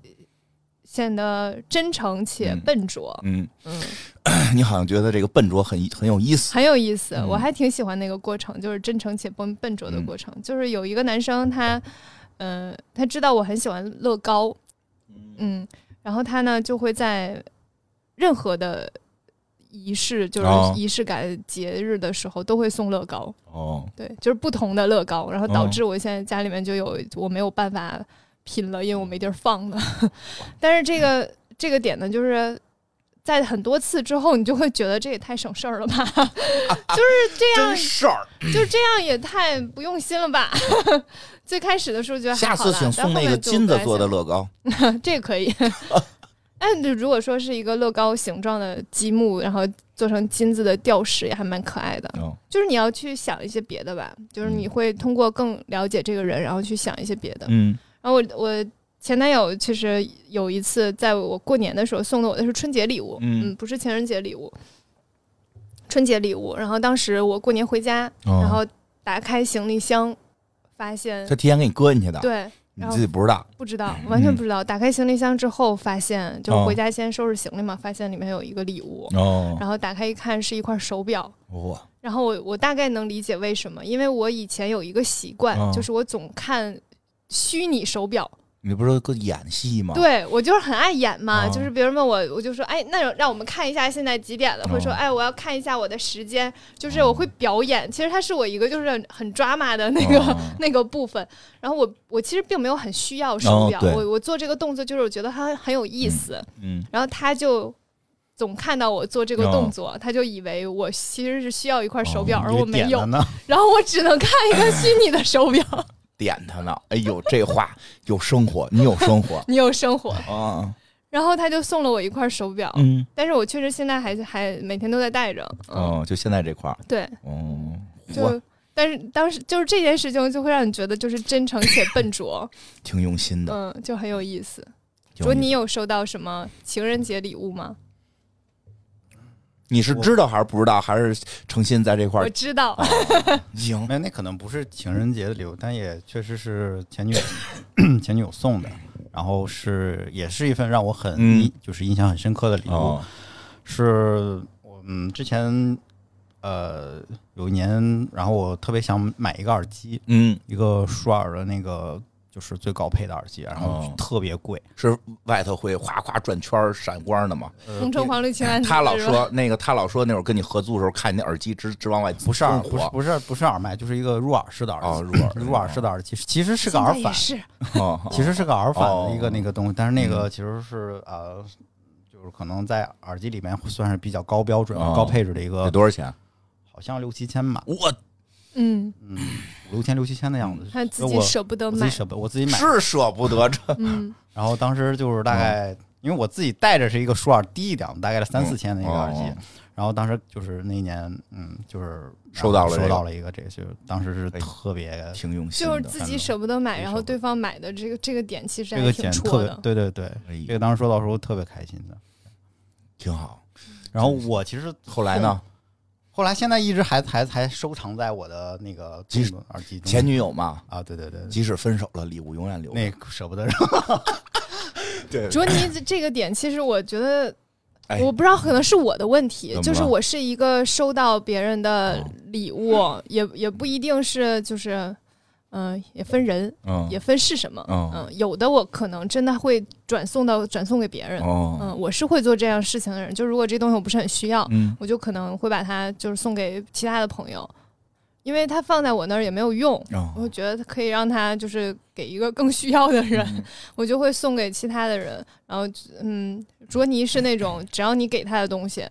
显得真诚且嗯笨拙，嗯，嗯，你好像觉得这个笨拙很很有意思。很有意思，嗯我还挺喜欢那个过程，就是真诚且笨笨拙的过程。就是有一个男生他，嗯、他知道我很喜欢乐高，嗯，然后他呢就会在任何的仪式，就是哦仪式感节日的时候，都会送乐高，哦，对，就是不同的乐高，然后导哦致我现在家里面就有我没有办法拼了，因为我没地嗯儿放了。 但是这个这个点呢，就是。在很多次之后，你就会觉得这也太省事儿了吧？ 就是这样真事儿。就这样也太不用心了吧！ 最开始的时候觉得啊还下好次啦请但送后那面个就金不子太做的想乐高。了，这个可 以。哎，就如果说是一个乐高形状的积木，然后做成金子的吊饰，也还蛮可爱的。哦就是你要去想一些别的吧，就是你会通过更了解这个人，然后去想一些别的。嗯然后我我前男友其实有一次在我过年的时候送的我的是春节礼物，嗯不是情人节礼物，春节礼物。然后当时我过年回家，然哦，后打开行李箱，发现他提前给你搁进去的，对你自己不知道。不知道，完全不知道。打开行李箱之后，发现就嗯哦回家先收拾行李嘛，发现里面有一个礼物，哦，然后打开一看是一块手表，哇，然后我我大概能理解为什么，因为我以前有一个习惯，嗯就是我总看虚拟手表，你不是搁演戏吗？对我就是很爱演嘛，哦就是别人问我，我就说，哎，那让我们看一下现在几点了，哦或者说，哎，我要看一下我的时间，嗯就是我会表演。其实它是我一个就是很 drama 的那个、哦 那个部分。然后我我其实并没有很需要手表，哦对我我做这个动作就是我觉得它很有意思。嗯，然后他就总看到我做这个动作，他就以为我其实是需要一块手表，哦而我你没点有了，呢，然后我只能看一个虚拟的手表。点他呢。哎呦， 这话有生活，你有生活你有生活， 啊？然后他就送了我一块手表。嗯，但是我确实现在还还每天都在戴着，嗯，哦，就现在这块儿，对，哦，我就但是当时就是这件事情就会让你觉得就是真诚且笨拙，挺用心的。嗯，就很有意思。挺有说意思你有收到什么情人节礼物吗？你是我知道还是不知道，还是诚心在这块我儿？知 道，行， 没有，那可能不是情人节的礼物，但也确实是前女友 前女友送的，然后是也是一份让我很、嗯印就是印象很深刻的礼物，哦，是我嗯之前呃有一年，然后我特别想买一个耳机，嗯，一个舒尔的那个就是最高配的耳机，然后哦特别贵，是外头会哗哗转圈儿闪光的吗？呃红橙黄绿青蓝紫，他老是吧说那个，他老说那会儿跟你合租的时候，看你那耳机直直往外不是耳不是火不是不是耳麦，就是一个入耳式的耳哦机，入耳入耳式的耳机，其实是个现耳在也返，是哦其实是个耳返哦的一个那个东西，但是那个其实是呃，就是可能在耳机里面算是比较高标准、哦高配置的一得个，多少钱？好像六七千吧，我嗯，嗯，五六千、六七千的样子。他嗯自所以己我舍不得我自己买，舍不，我自己买。是舍不得这嗯，然后当时就是大嗯概，因为我自己戴着是一个舒尔低一点，大概三四千的一个耳机。哦然后当时就是那一年，嗯，就是收到了这收个到了一个，这个就是当时是哎特别挺用心就是的。自己舍不得买，真的然后对方买的这个这个点其实这还个挺减戳特别的，，对对对，哎呀这个当时收到的时候特别开心的。挺好。然后嗯我其实后来呢？后来现在一直还还还收藏在我的那个其实动动耳机中前女友嘛，啊，对对对，对即使分手了，礼物永远留着。那个舍不得扔，对卓尼这这个点，其实我觉得哎，我不知道，可能是我的问题怎，么就是了我是一个收到别人的哦礼物，也也不一定是就是，嗯、也分人，嗯也分是什么，哦嗯，有的我可能真的会转送到转送给别人，哦嗯，我是会做这样事情的人，就如果这东西我不是很需要，嗯我就可能会把它就是送给其他的朋友，因为它放在我那儿也没有用，我哦觉得可以让他就是给一个更需要的人，嗯我就会送给其他的人。然后，嗯，卓尼是那 种只要你给他的东西，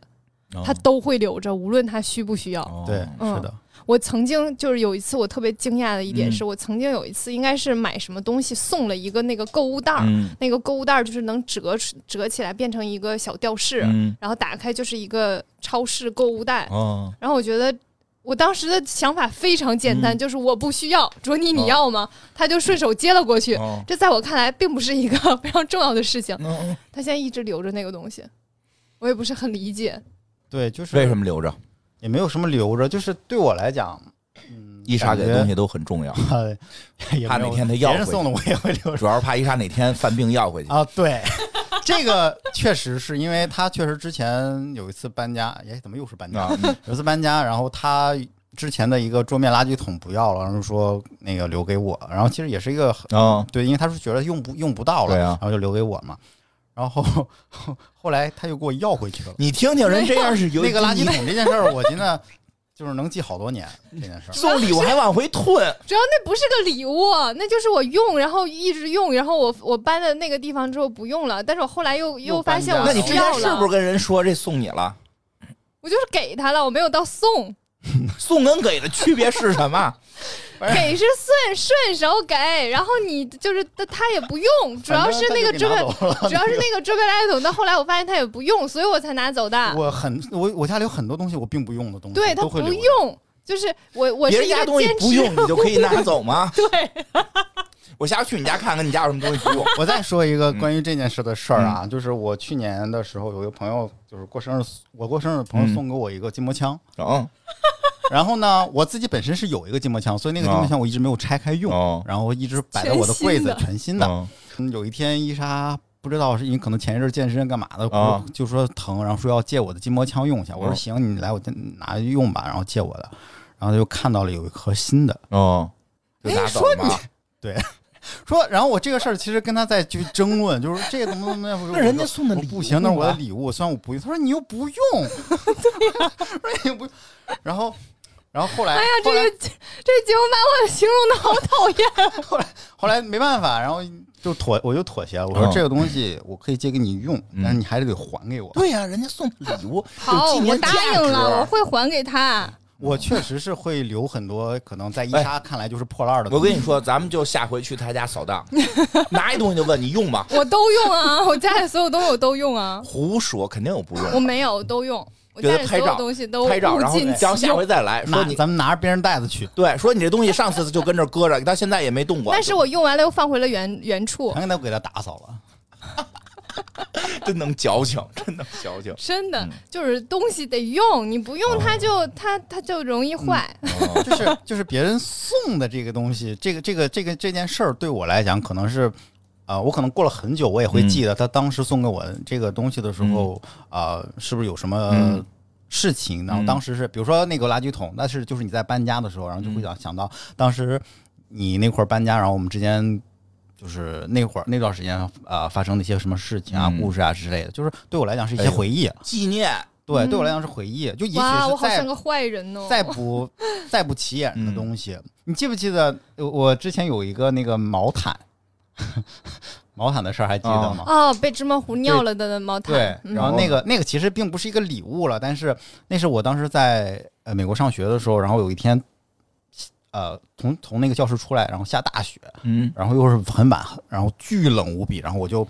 嗯他都会留着，无论他需不需要。哦对，嗯是的，我曾经就是有一次，我特别惊讶的一点嗯是，我曾经有一次应该是买什么东西送了一个那个购物袋儿，嗯那个购物袋儿就是能折出折起来变成一个小吊饰，嗯然后打开就是一个超市购物袋。哦然后我觉得我当时的想法非常简单，嗯就是我不需要，卓尼你要吗？他就顺手接了过去。哦这在我看来并不是一个 非常重要的事情。嗯他现在一直留着那个东西，我也不是很理解。对，就是为什么留着？也没有什么留着，就是对我来讲，嗯，伊莎给的东西西，都很重 要，也怕没有哪天他要别人回送的我也会留着主要是怕伊莎哪天犯病要回去。啊，对。这个确实是因为他确实之前有一次搬家，哎，怎么又是搬家？啊，嗯有一次搬家，然后他之前的一个桌面垃圾桶不要了，然后说那个留给我，然后其实也是一个很哦对，因为他是觉得用不用不到了，对啊然后就留给我嘛。然后 后后来他又给我要回去了。你听听人这样是有那个垃圾桶这件事儿，我觉得就是能记好多年这件事儿。送礼物还往回退，啊主要那不是个礼物，那就是我用，然后一直用，然后我我搬的那个地方之后不用了，但是我后来又又又发现搬我家那你了之需要前是了，不是跟人说这送你了？我就是给他了，我没有到送，送跟给的区别是什么？给是顺顺手给，然后你就是他他也不用，主要是那个反正桌他面就给拿走了主要是那个桌面垃圾桶，到后来我发现他也不用，所以我才拿走的。我很我我家里有很多东西我并不用的东西，啊对他都会不留着。用， 就是我 我别是人一家个东西坚持？不用你就可以拿走吗对，我下次去你家看看你家有什么东西不用。啊我再说一个关于这件事的事儿啊，嗯就是我去年的时候有一个朋友，就是过生日，我过生日，朋嗯友送给我一个筋膜 枪，嗯，然后呢，我自己本身是有一个筋膜枪，所以那个嗯筋膜枪我一直没有拆开用，哦然后一直摆在我的柜子，全全新的。那嗯有一天伊莎不知道是因为可能前一阵儿健身干嘛的，啊就说疼，然后说要借我的筋膜枪用一下。我说嗯行，你来我家拿用吧，然后借我的，然后就看到了有一颗新的，哦，就拿走嘛。说，然后我这个事儿其实跟他在去争论，就是这个怎么怎么样。我那人说家送的我礼不行，那是物我的啊礼物，虽然我不用。他说你又不用，对呀、说你又不用，然后，然后后来，哎呀，这后来个这节目把我形容 的好讨厌。后来没办法，然后就妥，我就妥协了。我说嗯这个东西我可以借给你用，但是你还得得还给我。对呀、人家送礼物有好，纪我念价答值。啊应了，我会还给他。我确实是会留很多，可能哎在伊莎看来就是破烂儿的东我西。跟你说，咱们就下回去他家扫荡，拿一东西就问你用吗？我都用啊，我家里所有东西我都用啊，胡说，肯定有不我用。没有，我都用。我给家他里所拍有照东西都拍照，物然后尽你其然后下用回再来说拿你咱们拿着别人袋子去，对，说你这东西上次就跟这儿搁着，到现在也没动过。但是我用完了又放回了原原处，。嗯全给他给他打扫了。真能矫情，真能矫 情真的就是东西得用，你不用它就它它就容易坏。哦就是就是别人送的这个东西，这个这个这个这件事儿对我来讲，可能是，呃，我可能过了很久，我也会记嗯得他当时送给我这个东西的时候，啊，是不是有什么嗯事情？然后嗯当时是，比如说那个垃圾桶，那是就是你在搬家的时候，然后嗯就会想想到当时你那会儿搬家，然后我们之间。就是那会儿那段时间，呃，发生的一些什么事情啊、嗯故事啊之类的，就是对我来讲是一哎些呦回忆。啊纪念，对，对嗯我来讲是回忆。就也许哇，我是好在像个坏人哦！再不 再不起眼的东嗯西。你记不记得呃我之前有一个那个毛毯， 毛毯的事儿还记得吗？哦，被芝麻糊尿了的毛毯。哦对，嗯然后那个那个其实并不是一个礼物了，但是那是我当时在呃美国上学的时候，然后有一天，呃，从从那个教室出来，然后下大雪，嗯，然后又是很晚，然后巨冷无比，然后我就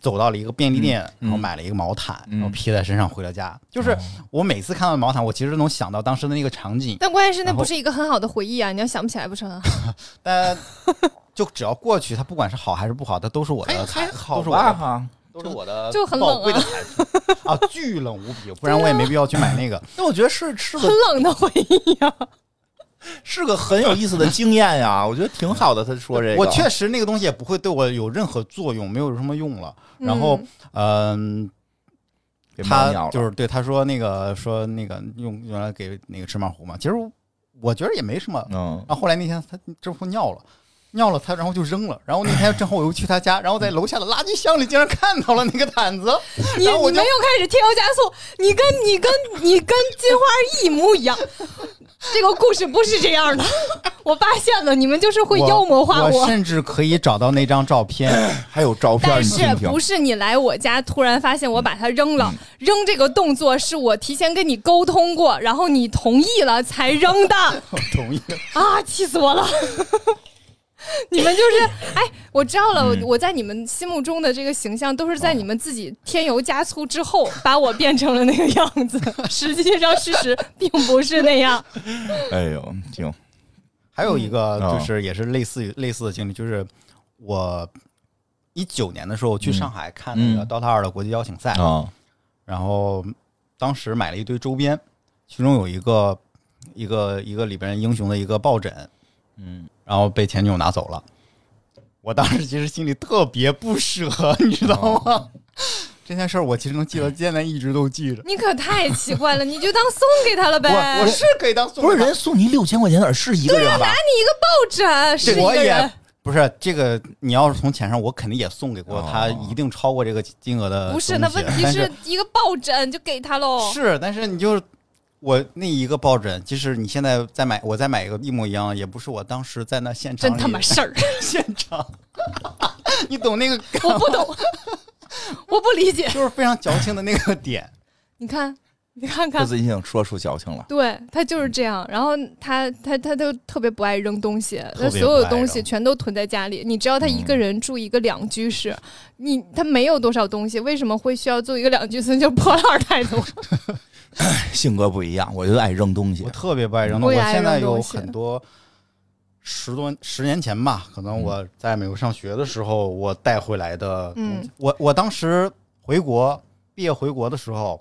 走到了一个便利店，然后买了一个毛毯，嗯哦然后披在身上回了家。就是我每次看到毛毯，我其实能想到当时的那个场景，但关键是那然后不是一个很好的回忆啊！你要想不起来不是很 好。但就只要过去，它不管是好还是不好，它都是我的财，都是我吧的哈，都是我的就很冷啊宝贵的财富。啊，巨冷无比，不然我也没必要去买 那个。那我觉得是是很个冷的回忆啊！是个很有意思的经验呀，我觉得挺好的。他说这个，我确实那个东西也不会对我有任何作用，没有什么用了。然后，嗯，给猫尿他了就是对他说那个说那个用用来给那个芝麻糊嘛，其实我我觉得也没什么。嗯，然后后来那天他这不尿了。尿了他，然后就扔了。然后那天正好我又去他家，然后在楼下的垃圾箱里竟然看到了那个毯子，你然后我你就们又开始添油加醋，你跟你跟你跟金花一模一样。这个故事不是这样的，我发现了，你们就是会妖魔化我甚至可以找到那张 照片，还有照片，但你是听听不。是你来我家突然发现我把它扔了，扔这个动作是我提前跟你沟通过，然后你同意了才扔的我同意。啊！气死我了！ 你们 就是哎，我知道了，我我在你们心目中的这个形象都是在你们自己添油加醋之后把我变成了那个样 子，实际上事实并不是那样。哎呦，行，还有一个嗯就是也是类似于类似的经历，就是我一九年的时候去上海看那个嗯 DOTA 二的国际邀请赛，啊，然后当时买了一堆周边，其中有一个一个一个里边英雄的一个抱枕，嗯，然后被前女友拿走了。我当时其实心里特别不舍，你知道哦吗？这件事儿我其实能记得，现在一直都记着。 你可太奇怪了，你就当送给他了呗。我我是可以当送不是人。人送你六千块钱哪是一个人你一吧？个抱枕啊是这一我个人也。呃不是这个，你要是从钱上，我肯定也送给过他，哦一定超过这个金额的东不西。是，那问题但是是一个抱枕就给他喽。是，但是你就是我那一个抱枕，即使你现在再买，我再买一个一模一样，也不是我当时在那现场真里，他妈事儿， 现场， 你懂那个我不懂， 我不理解。就是非常矫情的那个点。你看，你看这看，最近说出矫情了。对他就是这样。然后他他他就特别不爱扔东西，别他所有不爱东西扔嗯全都囤在家里。你知道他一个人住一个两居室，你他没有多少东西，为什么会需要住一个两居室？就是破烂儿太 多。性格不一样，我就爱扔东西我。特别不爱扔不东西，爱我现在扔东有西很多十多十年前吧，可嗯能我在美国上学的时候，我带回来的东西，嗯我我当时回国毕业 回国的时候，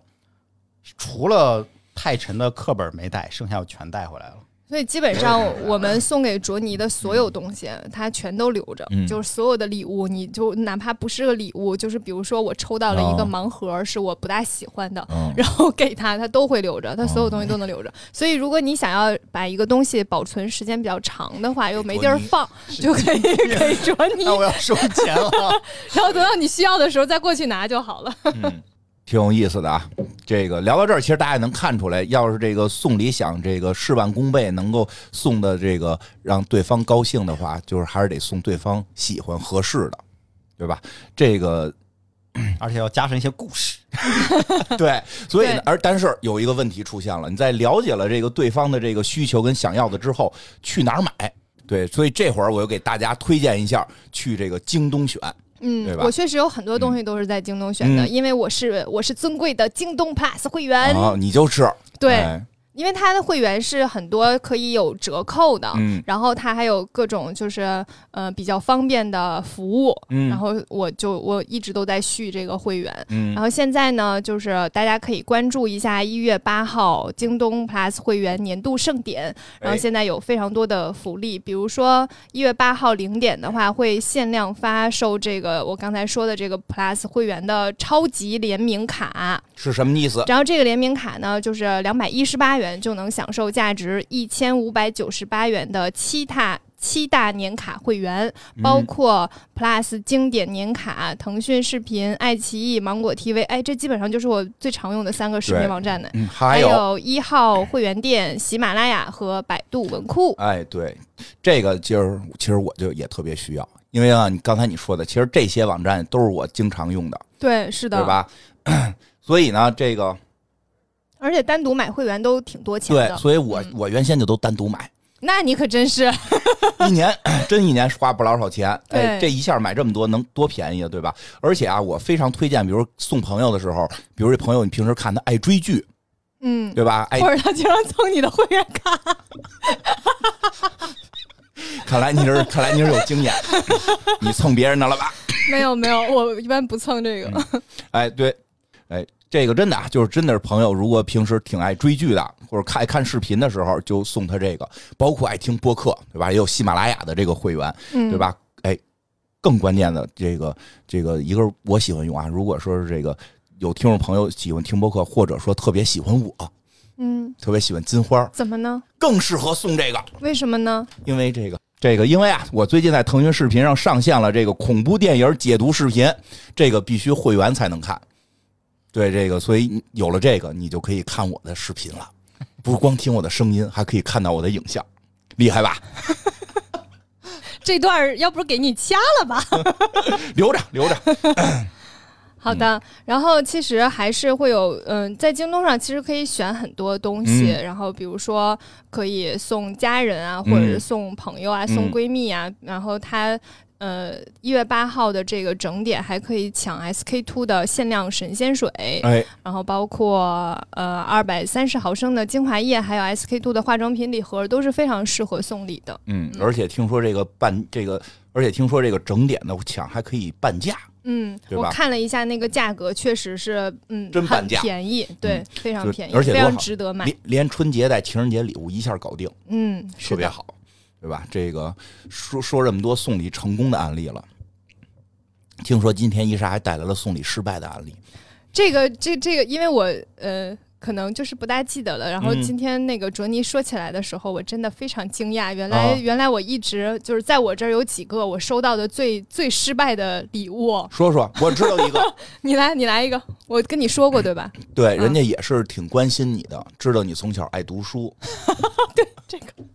除了太沉的课本没带，剩下我全带回来了。所以基本上我们送给卓尼的所有东西，他全都留着，嗯就是所有的礼物，你就哪怕不是个礼物，就是比如说我抽到了一个哦盲盒，是我不大喜欢的，嗯然后给他，他都会留着，他所有东哦西都能留着。所以如果你想要把一个东西保存时间比较长的话，又没地儿放，就可 以给卓尼，那我要收钱了。然后等到你需要的时候再过去拿就好了。嗯，挺有意思的啊。这个聊到这儿，其实大家也能看出来，要是这个送礼想这个事半功倍，能够送的这个让对方高兴的话，就是还是得送对方喜欢合适的，对吧？这个而且要加上一些故事。 对，所以对呢而但是有一个问题出现了，你在了解了这个对方的这个需求跟想要的之后，去哪儿买？对，所以这会儿我又给大家推荐一下，去这个京东选。 对嗯，吧我确实有很多东西都是在京东选的，嗯因为我是我是尊贵的京东 Plus 会员，啊，你就是嗯对。哎因为它的会员是很多可以有折扣的，嗯然后它还有各种就是呃比较方便的服务，嗯然后我就我一直都在续这个会员。嗯然后现在呢，就是大家可以关注一下一月八号京东 Plus 会员年度盛典，然哎后现在有非常多的福利，比如说一月八号零点的话，会限量发售这个我刚才说的这个 Plus 会员的超级联名卡，是什么意思？然后这个联名卡呢，就是两百一十八元就能享受价值一千五百九十八元的七大七大年卡会员，嗯包括 Plus 经典年卡、腾讯视频、爱奇艺、芒果 TV，哎，这基本上就是我最常用的三个视频对网站呢。嗯，还还有有一号会员店、喜马拉雅和百度文库。哎，对，这个就是其实我就也特别需要，因为啊，你刚才你说的，其实这些网站都是我经常用的，对，是对的，吧？ 所以呢，这个而且单独买会员都挺多钱对，的。所以哎我、嗯我原先就都单独买，那你可真是，一年 真一年花不老少钱，哎，对这一下买这么多能多便宜啊，对吧？而且啊，我非常推荐，比如送朋友的时候，比如这朋友你平时看他爱追剧，嗯，对吧？爱或者他经常蹭你的会员卡。看来你是看来你是有经验， 你蹭别人的了吧？没有没有，我一般不蹭这个。哎，对，哎，这个真的啊，就是真的是朋友，如果平时挺爱追剧的，或者看爱看视频的时候，就送他这个，包括爱听播客，对吧？也有喜马拉雅的这个会员，嗯对吧？哎，更关键的这个这个，一个是我喜欢用啊，如果说是这个有听众朋友喜欢听播客，或者说特别喜欢我，嗯，特别喜欢金花，怎么呢？更适合送这个，为什么呢？因为这个。这个，因为啊，我最近在腾讯视频上上线了这个恐怖电影解读视频，这个必须会员才能看。对这个，所以你有了这个，你就可以看我的视频了，不是光听我的声音，还可以看到我的影像，厉害吧？这段儿要不给你掐了吧？留着留着，好嗯的，然后其实还是会有，嗯、在京东上其实可以选很多东西，嗯然后比如说可以送家人啊，嗯或者是送朋友啊，嗯送闺蜜啊，然后它。呃，一月八号的这个整点还可以抢 SK two 的限量神仙水，哎，然后包括呃二百三十毫升的精华液，还有 SK two 的化妆品礼盒，都是非常适合送礼的。嗯，而且听说这个半这个，而且听说这个整点的抢还可以半价，嗯，对我吧看了一下那个价格，确实是，嗯，真半很价嗯便宜，对，非常就便宜，而且非多常好值得买。连连春节带情人节礼物一下搞定，嗯，是特别的，好，对吧？这个说说这么多送礼成功的案例了，听说今天伊莎还带来了送礼失败的案例，这个这这个，因为我呃。可能就是不大记得了。然后嗯今天那个卓尼说起来的时候，我真的非常惊讶。原来、啊原来我一直就是在我这儿有几个我收到的最最失败的礼物。说说，我知道一个，你来你来一个，我跟你说过对吧？对，人家也是挺关心你的，知道你从小爱读书， 这个嗯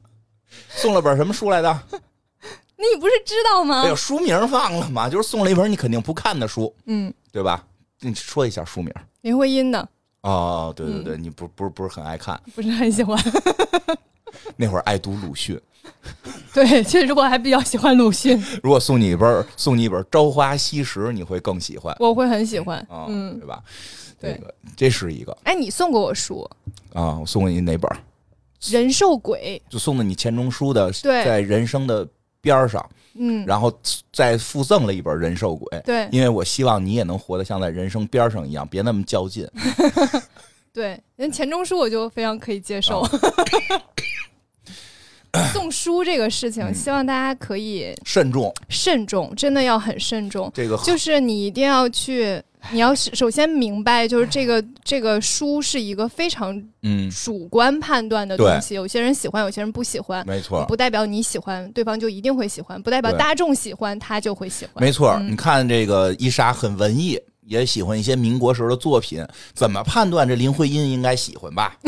送了本什么书来的？你不是知道吗哎？呦，书名忘了嘛，就是送了一本你肯定不看的书，嗯，对吧？你说一下书名。林徽因的哦，对对对，嗯你不不是不是很爱看，不是很喜欢。 那会儿爱读鲁迅。对，其实我还比较喜欢鲁迅，如果送你一本送你一本《朝花夕拾》，你会更喜欢我会很喜欢。啊、嗯，对吧？对这个这是一个哎，你送过我书啊，我送给你哪本儿？ 《人兽鬼就送的你钱钟书的，对在人生的边儿上，》，嗯，然后再附赠了一本《人兽鬼》，对因为我希望你也能活得像在人生边儿上一样，别那么较劲。对，人钱钟书我就非常可以接受。啊 嗯送书这个事情，希望大家可以慎重慎重，真的要很慎重。这个就是你一定要去，你要是首先明白，就是这个这个书是一个非常嗯，主观判断的东西，有些人喜欢，有些人不喜欢，没错，不代表你喜欢对方就一定会喜欢，不代表对大众喜欢他就会喜欢。没错，嗯你看这个伊莎很文艺，也喜欢一些民国时候的作品，怎么判断这林徽因应该喜 欢吧？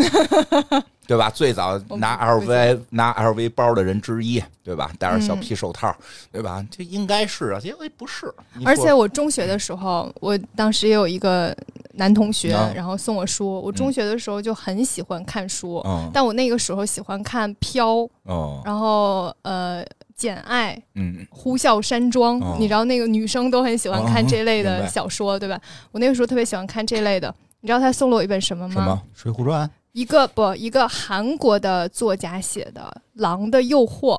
对吧？最早拿我不 LV 拿 LV 包的人之一，对吧？戴着小皮手套，对吧？这应该是啊，结果不是。你嗯而说且我中学的时候，我当时也有一个男同学，啊然后送我书。我中学的时候就很喜欢看书，嗯但我那个时候喜欢看《飘》，哦，然后呃，《简爱》。嗯，呼啸山庄，哦你知道那个女生都很喜欢看这类哦明的白小说，对吧？我那个时候特别喜欢看这类的。你知道他送了我一本什么吗？什么？水浒传》一个不，一个韩国的作家写的《狼的诱惑》。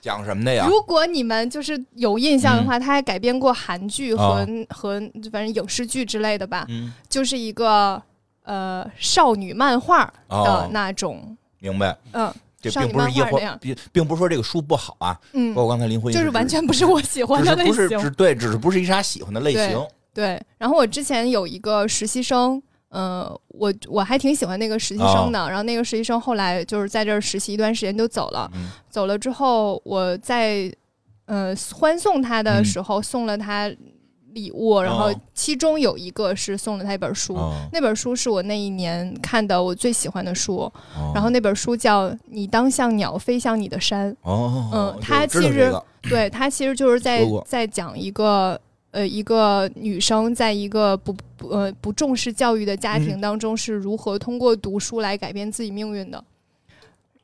讲什么的呀？嗯如果你们就是有印象的话，他还改编过韩剧和、哦和反正影视剧之类的吧，嗯，就是一个呃少女漫画的哦呃那种，明白。嗯这少并女不是漫一画那或样，并并不是说这个书不好啊，包嗯，括刚才林徽因就是指完全不是我喜欢只的是类不是只型。对，只是不是伊莎喜欢的类对型。对，然后我之前有一个实习生。呃，我我还挺喜欢那个实习生哦的，然后那个实习生后来就是在这儿实习一段时间就走了，嗯走了之后，我在呃欢送他嗯的时候送了他礼物，然后其中有一个是送了他一本书，哦那本书是我那一年看的我最喜欢的书，哦然后那本书叫《你当像鸟飞向你的山》，哦，嗯对他我知道其这实个 对它其实就是在说过在讲一个。呃，一个女生在一个不不呃不重视教育的家嗯庭当中，是如何通过读书来改变自己命运的？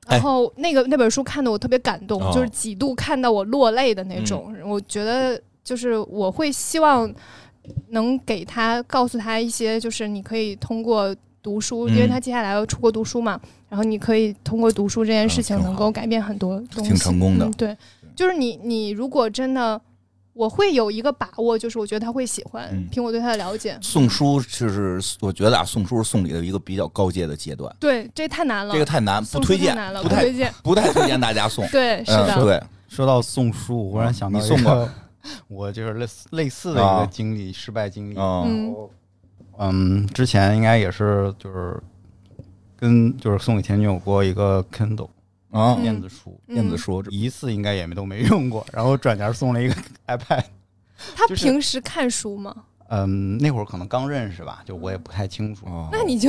哎然后那个那本书看的我特别感动，哦嗯就是几度看到我落泪的那种。我觉得就是我会希望能给他告诉他一些，就是你可以通过读书，因为嗯他接下来要出国读书嘛，然后你可以通过读书这件事情嗯挺好能够改变很多东西，挺成功的嗯对，就是你你如果真的，我会有一个把握，就是我觉得他会喜欢，嗯凭我对他的了解。送书就是我觉得啊，送书是送礼的一个比较高阶的阶段，对，这太难了，这个太难，嗯不送推出太荐难了，，不太推荐。。不太推荐大家送对， 是嗯，的，对，说到送书，我忽然想到你送一过啊个， 我就是类似类似的一个经历，失败经历。嗯嗯嗯，之前应该也是就是跟就是送给前女友过一个 Kindle 啊，电子书，嗯燕子说这一次应该也没都没用过，然后转年送了一个 iPad。他就是平时看书吗？嗯，那会儿可能刚认识吧，就我也不太清楚。哦那你就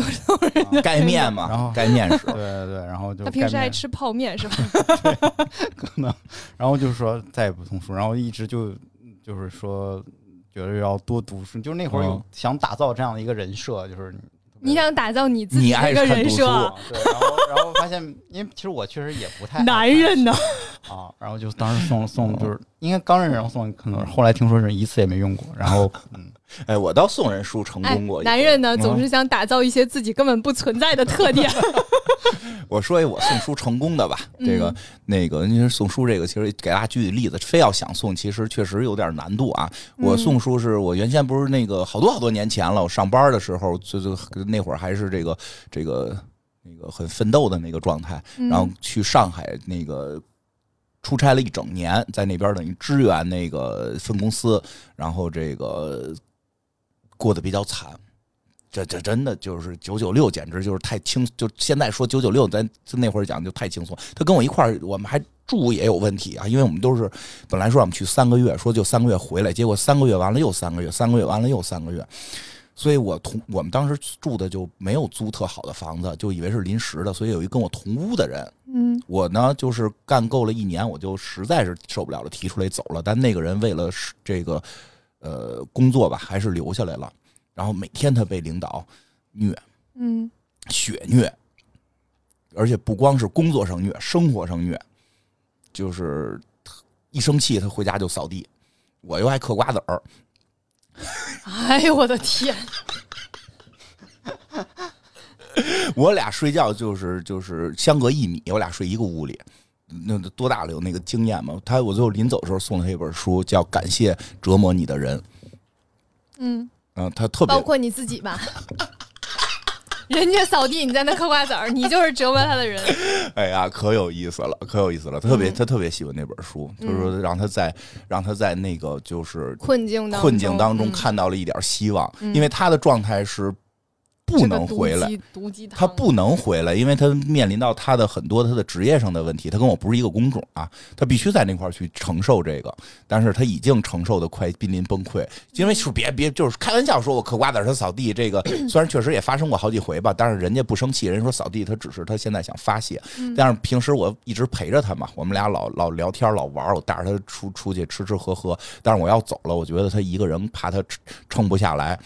盖面 然嘛，后盖面时对对对，然后就他平时盖爱面吃泡 面是吧？可能，然后就是说再也不送书，然后一直就就是说觉得要多读书，就是那会儿嗯有哦想打造这样的一个人设，就是你想打造你自己你的爱一个看人读设书啊，啊，对，然后然后发现，因为其实我确实也不太爱男看人呢？啊，然后就当时送送就是应该刚认识，然后送可能后来听说是一次也没用过，然后嗯，哎，我倒送人书成哎功过，一，男回人呢嗯总是想打造一些自己根本不存在的 特点。我说一我送书成功的吧，嗯这个那个，您送书这个，其实给大家举举例子，非要想送，其实确实有点难度啊。我送书是我原先不是那个好多好多年前了，我上班的时候，就就那会儿还是这个这个那个很奋斗的那个状态，嗯然后去上海那个。出差了一整年，在那边等于支援那个分公司，然后这个过得比较惨，这这真的就是九九六，简直就是太轻。就现在说九九六，咱就那会儿讲就太轻松。他跟我一块儿，我们还住也有问题啊，因为我们都是本来说让我们去三个月，说就三个月回来，结果三个月完了又三个月，三个月完了又三个月。所以我同我们当时住的就没有租特好的房子，就以为是临时的，所以有一跟我同屋的人，嗯我呢就是干够了一年，我就实在是受不了了，提出来走了。但那个人为了是这个呃工作吧，还是留下来了。然后每天他被领导虐，嗯，血虐，而且不光是工作上虐，生活上虐，就是一生气他回家就扫地，我又爱嗑瓜子儿，哎呦我的天，我俩睡觉就是就是相隔一米，我俩睡一个屋里。那多大了有那个经验嘛？他我最后临走的时候送了他一本书，叫《感谢折磨你的人》。嗯，嗯、他特别包括你自己吧。 人家扫地，你在那嗑瓜子儿，你就是折磨他的人。哎呀，可有意思了，可有意思了。他特别、他特别喜欢那本书，就是说让他在让他在那个就是困境当困境当中嗯看到了一点希望，因为他的状态是不这个能毒回来。鸡，毒鸡汤他不能回来，因为他面临到他的很多他的职业上的问题，他跟我不是一个工种啊，他必须在那块儿去承受这个，但是他已经承受的快濒临崩溃，因为是别别就是开玩笑说我嗑瓜子儿他扫地这个，虽然确实也发生过好几回吧，但是人家不生气，人家说扫地他只是他现在想发泄，但是平时我一直陪着他嘛，我们俩老老聊天老玩儿，我带着他出出去吃吃喝喝，但是我要走了，我觉得他一个人怕他撑撑不下来，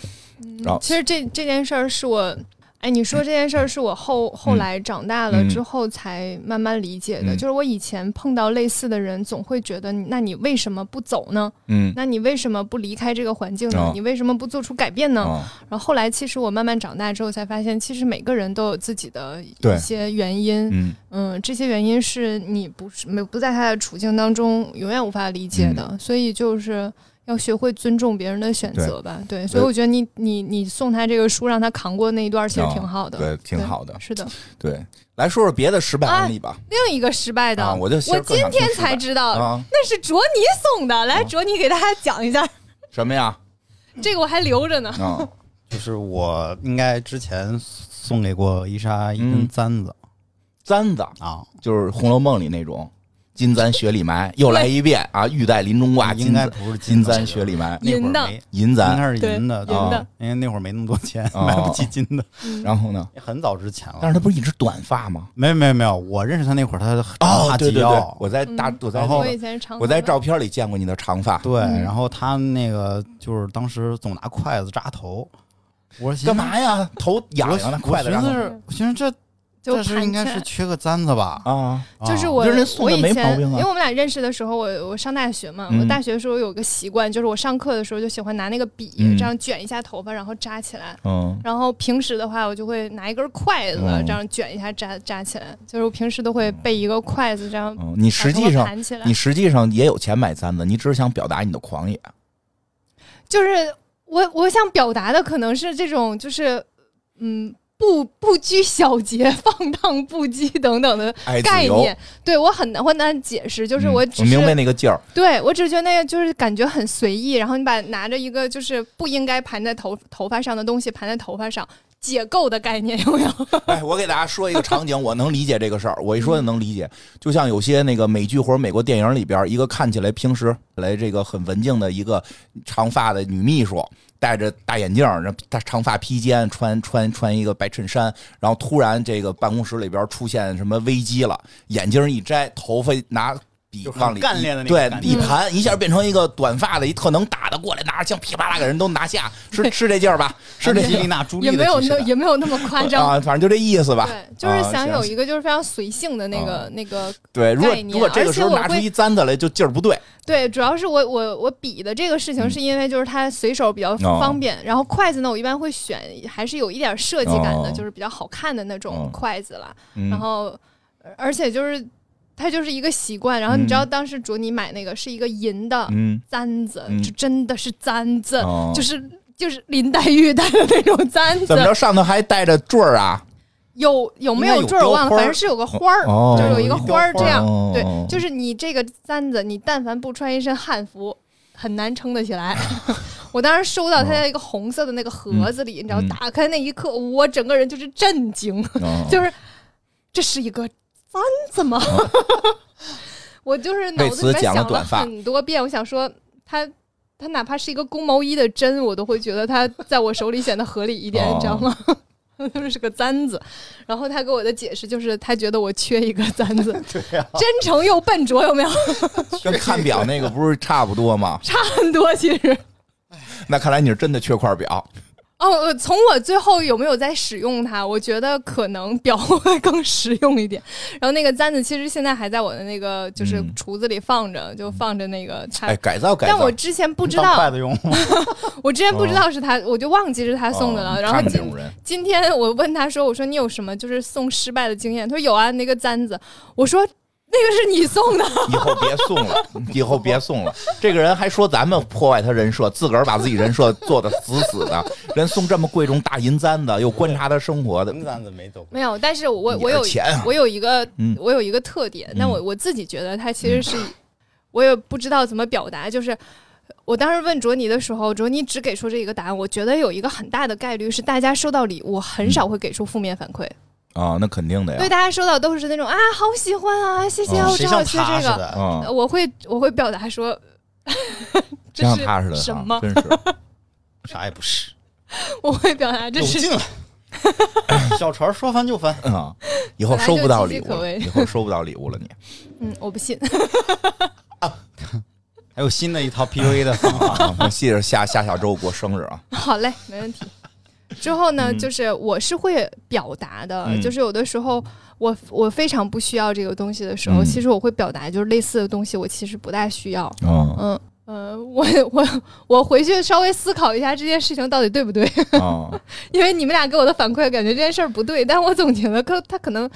然后其实这这件事儿是我，哎，你说这件事儿是我后后来长大了嗯之后才慢慢理解的。嗯就是我以前碰到类似的人，总会觉得你，那你为什么不走呢？嗯。那你为什么不离开这个环境呢？哦你为什么不做出改变呢？嗯然后后来，其实我慢慢长大之后才发现，其实每个人都有自己的对一些原因。嗯，嗯，这些原因是你不是没不在他的处境当中永远无法理解的，嗯所以就是要学会尊重别人的选择吧。呃对，所以我觉得你你你送他这个书，让他扛过那一段，其实挺好的。哦对，挺好的。是的，对，来说说别的失败啊案例吧。另一个失败的，啊我就其实今更想听天失败才知道、啊，那是卓尼送的。来，卓尼给大家讲一下，什么呀？这个我还留着呢。嗯， 就是我应该之前送给过伊莎一根簪子、簪子啊，就是《红楼梦》里那种金簪雪里埋，又来一遍啊！玉带林中挂，应金该簪不是金簪簪雪里埋，那会银儿的没，银应簪。该是银的，对啊银的嗯因为那会儿没那么多钱，哦买不起金的，然后呢？很早之前但了。是他不是一直短发吗？没有没有没有，我认识他那会儿，他长发哦对及对对腰，，我在大，我在哦然后嗯我以前是长头我在发照片里见过你的长发，对，嗯然后他那个就是当时总拿筷子扎头，我说干？嘛呀？头痒啊痒的，我筷子寻让思他是，我寻思这嗯就这是应该盘是旋缺个簪子吧？啊，啊就是我，就是人送我的以没前，毛病因啊为我们俩认识的时候，我我上大学嘛，嗯我大学的时候有个习惯，就是我上课的时候就喜欢拿那个笔、嗯这样卷一下头发，然后扎起来。嗯，然后平时的话，我就会拿一根筷子、哦这样卷一下扎扎起来。就是我平时都会备一个筷子这样把嗯你实头际发上盘起来你，实际上也有钱买簪子，你只是想表达你的狂野。就是我我想表达的可能是这种，就是嗯。不不拘小节、放荡不羁等等的爱自概由，念，对我很难我很难解释，就是嗯我只我是明白那个劲儿，对，我只是觉得那个就是感觉很随意，然后你把拿着一个就是不应该盘在头头发上的东西盘在头发上，解构的概念 有没有？ 哎，我给大家说一个场景，我能理解这个事儿，我一说就能理解。就像有些那个美剧或者美国电影里边，一个看起来平时来这个很文静的一个长发的女秘书，戴着大眼镜儿，然后她长发披肩，穿穿穿一个白衬衫，然后突然这个办公室里边出现什么危机了，眼镜一摘，头发拿。笔就是很往里干练的那种对感觉一盘，一下变成一个短发的，一特能打的过来，拿着枪噼啪啦给人都拿下，是是这劲儿吧？是这安吉丽娜朱莉也的没有气势那感也没有那么夸张。啊，反正就这意思吧。对，就是啊想有行一个就是非常随性的那个、啊那个，对，如果概念如果这个时候而且我拿会出一簪子来，就劲儿不对。对，主要是我我我比的这个事情嗯哦是因为就是它随手比较方便，然后筷子呢我一般会选还是有一点设计感的，哦就是比较好看的那种哦筷子啦。嗯然后呃而且就是它就是一个习惯，然后你知道当时卓尼买那个是一个银的，嗯，簪子，嗯就真的是簪子，哦就是就是林黛玉戴的那种簪怎么子，着上头还带着坠儿啊？有有没有应该有坠儿我忘了，雕花儿反正是有个花儿，哦就是有一个花儿有一这雕花儿样，哦对，就是你这个簪子，你但凡不穿一身汉服。很难撑得起来。 我当时收到它在一个红色的那个盒子里，你知道，哦嗯打开那一刻，我整个人就是震惊，哦就是这是一个簪子吗？ 我就是脑子里哦为此面剪想了短发很多遍，我想说他。他哪怕是一个公毛衣的针，我都会觉得他在我手里显得合理一点，哦你知道吗？ 就是个簪子，然后他给我的解释就是他觉得我缺一个簪 子，对啊呀、真诚又笨拙，有没有？跟看表那个不是差不多吗？差很多其实。那看来你是真的缺块表。 哦，呃从我最后有没有在使用它，我觉得可能表 会更实用一点。然后那个簪子其实现在还在我的那个就是嗯橱子里放着，就放着那个它。哎，改造改但造我，之前不知当道筷，子用，我之前不知道是他，我就忘记是他送的了。哦然后看着这今种人，今天我问他说：“我说你有什么就是送失败的经验？”他说有啊，那个簪子。我说那个是你送的， 以后别送了， 以后别送了。这个人还说咱们破坏他人设，自个儿把自己人设做的死死的。人送这么贵重大银簪子，又观察他生活的，银簪子没走过，没有。但是我我有你的钱 啊我有一个嗯我有一个特点，但我我自己觉得它其实是，我也不知道怎么表达，就是。我当时问卓尼的时候，卓尼只给出这一个答案。我觉得有一个很大的概率是大家收到礼物很少会给出负面反馈，嗯啊，嗯那肯定的对呀。大家收到都是那种啊，好喜欢啊，谢谢啊，哦我谁正像好缺他这似个。呃的？嗯，我会我会表达说， 这真像是他似的，什啊么？真是。啥也不是，我会表达这有是劲 了。小船说翻就翻，嗯，以后收不到礼物本来就了，岌岌可危以后收不到礼物了你。 嗯，我不信。还有新的一套 PUA 的方法，啊，我记着下下下周过生日啊，好 嘞，没问题。之后呢，就是我是会表达的，嗯就是有的时候我我非常不需要这个东西的时候，嗯其实我会表达，就是类似的东西我其实不大需要。嗯嗯呃，我我我回去稍微思考一下这件事情到底对不对， 嗯因为你们俩给我的反馈感觉这件事儿不对，但我总觉得可他可能，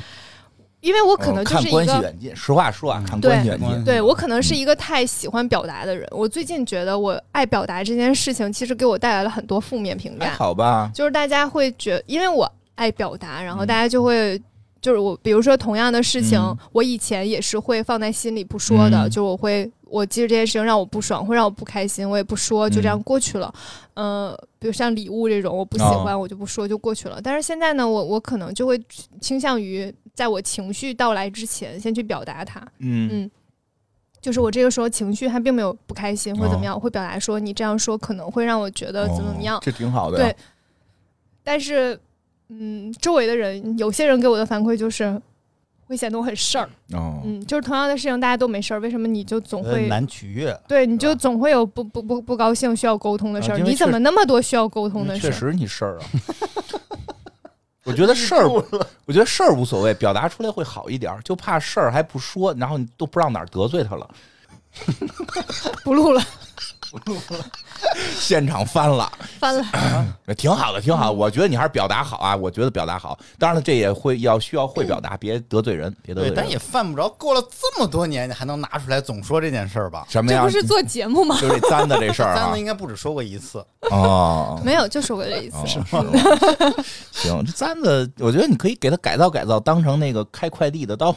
因为我可能就哦嗯看是一关系个远近，实话说啊，看对关系远近，对我可能是一个太喜欢表达的人，我最近觉得我爱表达这件事情，其实给我带来了很多负面评还价，好吧？就是大家会觉，因为我爱表达，然后大家就会。就是我，比如说同样的事情，嗯我以前也是会放在心里不说的。嗯就我会，我记着这件事情让我不爽，会让我不开心，我也不说，就这样过去了。嗯、比如像礼物这种，我不喜哦欢，我就不说，就过去了。但是现在呢，我我可能就会倾向于在我情绪到来之前，先去表达它。嗯嗯就是我这个时候情绪还并没有不开心或者怎么样，我会表达说你这样说可能会让我觉得呃怎么怎么样。哦哦这挺好的呀。对但是，嗯，周围的人有些人给我的反馈就是会显得我很事儿，哦，嗯，就是同样的事情大家都没事儿，为什么你就 总呃会难取悦。对你就总会有不不不不高兴需要沟通的事啊儿？因为你怎确么那么多需要沟通的事确儿？实你事 儿啊。我觉得事儿，我觉得事儿无所谓，表达出来会好一点儿，就怕事儿还不说，然后你都不知道哪儿得罪他了，不录了，现场翻了， 翻了。挺好的，挺好嗯的。我觉得你还是表达好啊，我觉得表达好。当然了，这也会要需要嗯会表达，别得罪人，别得罪人。对，但也犯不着过了这么多年，你还能拿出来总说这件事儿吧？什么这呀？不是做节目吗？就是这簪子这 事儿咱啊们应。该不止说过一次，哦，没有，就说过这一次。哦是吗？ 行，这簪子，我觉得你可以给它改造改造，当成那个开快递的刀。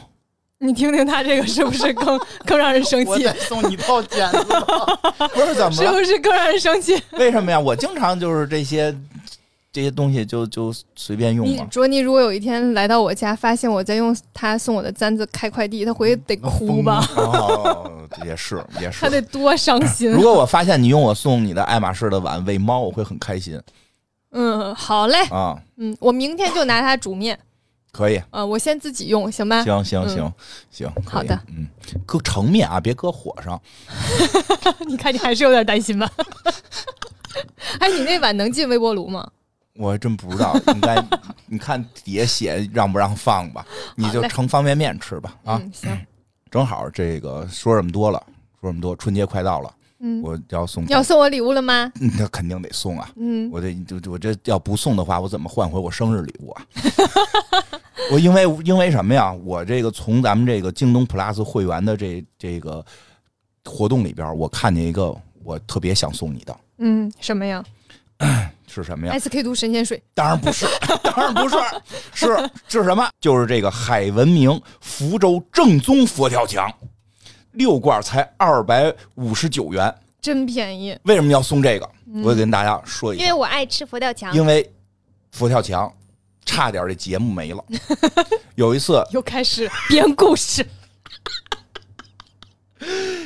你听听他这个是不是更更让人生我气？得送你套剪子吧。不是怎么是了？ 不是更让人生气？为什么呀？我经常就是这些这些东西就就随便用你嘛。卓尼如果有一天来到我家，发现我在用他送我的簪子开快递，他回去得哭吧，哦，也是也他是。得多伤心 如。果我发现你用我送你的爱马仕的碗喂猫，我会很开心嗯，好嘞，啊！嗯，我明天就拿它煮面，可以，呃，我先自己用，行 吧？行行嗯行行，可以好的，嗯，搁盛面啊，别搁火上。你看你还是有点担心吧？ 哎，你那碗能进微波炉吗？我还真不知道，应该你看底下写让不让放吧，你就好嘞盛方便面吃吧啊！嗯，行，正好这个说这么多了，说这么多，春节快到了，嗯，我要送你要送我礼物了吗？嗯 那肯定得送啊！嗯，我这就我这要不送的话，我怎么换回我生日礼物啊？ 我因为因为什么呀？我这个从咱们这个京东 Plus 会员的这这个活动里边，我看见一个我特别想送你的嗯，什么呀是什么呀？ ？SK two 神仙水，当然不是， 当然不是，是是什么？就是这个海文明福州正宗佛跳墙，六罐才二百五十九元。真便宜，为什么要送这个？我得跟大家说一下因，为我爱吃佛跳墙，因为佛跳墙差点这节目没了。 有一次，又开始编故事。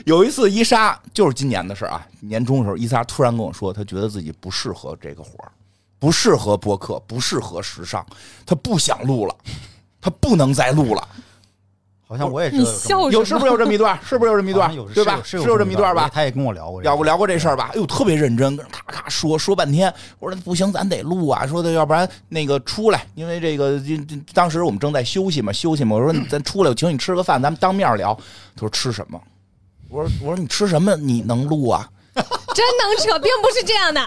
有一次伊莎就是今年的事儿啊，年终的时候，伊莎突然跟我说，她觉得自己不适合这个活儿，不适合播客，不适合时尚，她不想录了，她不能再录了。好像我也知道你有这么笑有什是么？不是有这么一段？是不是有这么一一段好像？有对吧？是有这么一段吧？他也跟我聊过这个，聊不聊过这事儿吧？哎呦，特别认真，跟人咔咔说说半天。我说不行，咱得录啊，说的要不然那个出来，因为这个这这当时我们正在休息嘛，休息嘛。我 说咱出来，我请你吃个饭，咱们当面聊。他说吃什么？我说我说你吃什么？你能录啊？真能扯，并不是这样的。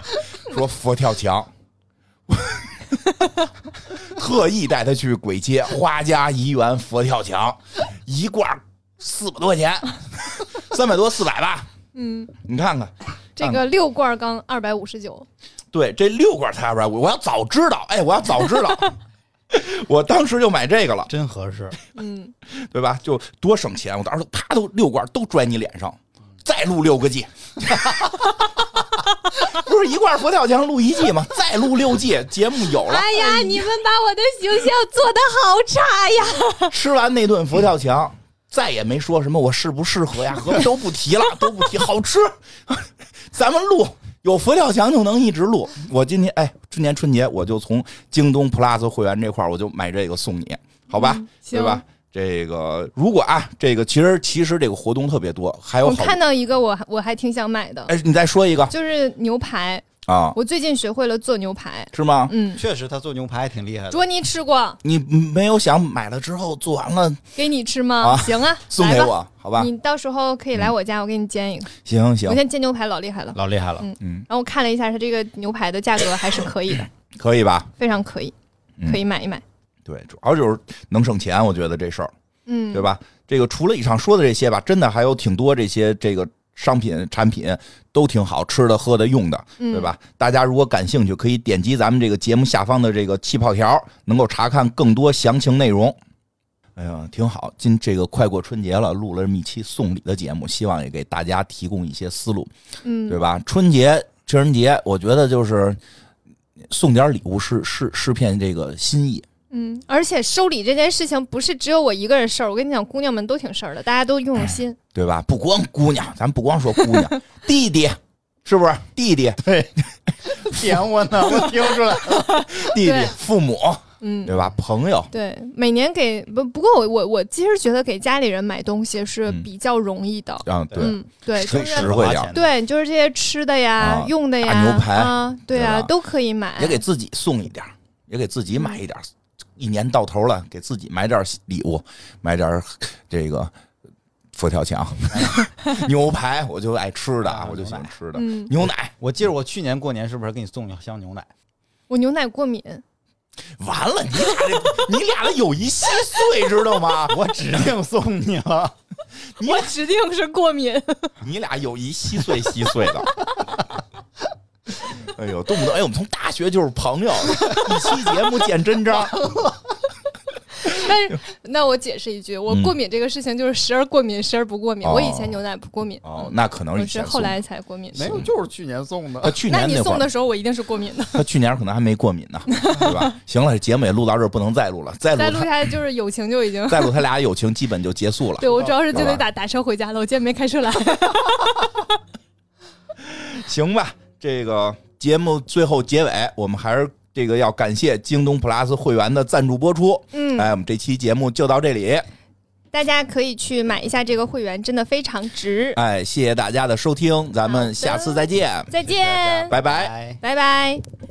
说佛跳墙。 特意带他去簋街花家怡园佛跳墙，一罐四百多块钱， 三百多四百吧，嗯，你看看，这个六罐刚二百五十九，对，这六罐才二百五，我要早知道，哎，我要早知道， 我当时就买这个了，真合适。嗯，对吧？就多省钱，我当时啪都六罐都拽你脸上，再录六个季， 不是一罐佛跳墙录一季吗？再录六季，节目有了。哎呀，你们把我的形象做得好差呀！吃完那顿佛跳墙，再也没说什么我适不适合呀，和都不提了，都不提，好吃。 咱们录有佛跳墙就能一直录。我今天哎，今年春节我就从京东 Plus 会员这块儿我就买这个送你，好吧？嗯行对吧？这个如果啊，这个其实其实这个活动特别多，还有我好。看到一个我还我还挺想买的，哎，你再说一个就是牛排，啊，我最近学会了做牛排，是吗？嗯，确实，他做牛排还挺厉害的。卓尼吃过，你没有想买了之后做完了给你吃吗？啊行啊，送来给吧。我，好吧？嗯你到时候可以来我家，我给你煎一个。行我行，现在煎牛排老厉害了，老厉害了嗯嗯，然后我看了一下，它这个牛排的价格还是可以的，可以吧？非常可以，嗯可以买一买。对，主要就是能省钱，我觉得这事儿。嗯，对？吧？这个除了以上说的这些吧，真的还有挺多这些这个商品产品都挺好吃的、喝的、用的，嗯对吧？大家如果感兴趣，可以点击咱们这个节目下方的这个气泡条，能够查看更多详情内容。哎呀，挺好！今这个快过春节了，录了这么一期送礼的节目，希望也给大家提供一些思路，嗯，对吧？春节、情人节，我觉得就是送点礼物是是是片这个心意，嗯，而且收礼这件事情不是只有我一个人事儿，我跟你讲，姑娘们都挺事儿的，大家都用用心。对吧？不光姑娘，咱不光说姑 娘，弟弟是不是？弟弟，点我呢，我听出来。弟弟对，父母，嗯，对吧？朋友，对，每年给不不过我我我其实觉得给家里人买东西是嗯比较容易的，啊，对，嗯，对，可就以是实惠点儿，对，就是这些吃的呀、啊用的呀、大牛排啊，对对啊，吧都可以买，也给自己送一点儿，也给自己买一点儿。一年到头了，给自己买点儿礼物，买点儿这个佛 跳墙、牛排，我就爱吃的啊，啊我就喜欢吃的嗯，牛奶。 我记得我去年过年是不是给你送一箱牛奶？我牛奶过敏，完了，你俩这你俩的友谊稀碎，知道吗？我指定送你 了。 我指定是过敏。你俩友谊稀碎稀碎的。 哎呦，动不动哎，我们从大学就是朋友， 一期节目见真章。 但是，那我解释一句，我嗯过敏这个事情就是时而过敏，时而不过敏。哦我以前牛奶不过敏， 哦，那可能我以是前后来才过敏的。有，就是去年送他的。去那年你会送儿，的时候，我一定是过敏的。他去年可能还没过敏 呢，对吧？行了，这节目也录到这儿，不能再录了，再再录录他下来就是友情就已 经。再录他俩友情基本就结束了。对我主要是就好得吧打打车回家了，我今天没开车来。行吧，这个节目最后结尾，我们还是这个要感谢京东 Plus 会员的赞助播出。嗯， 哎，我们这期节目就到这里。大家可以去买一下这个会员，真的非常值。啊哎，谢谢大家的收听，咱们下次再见，再见，拜拜。拜。拜拜。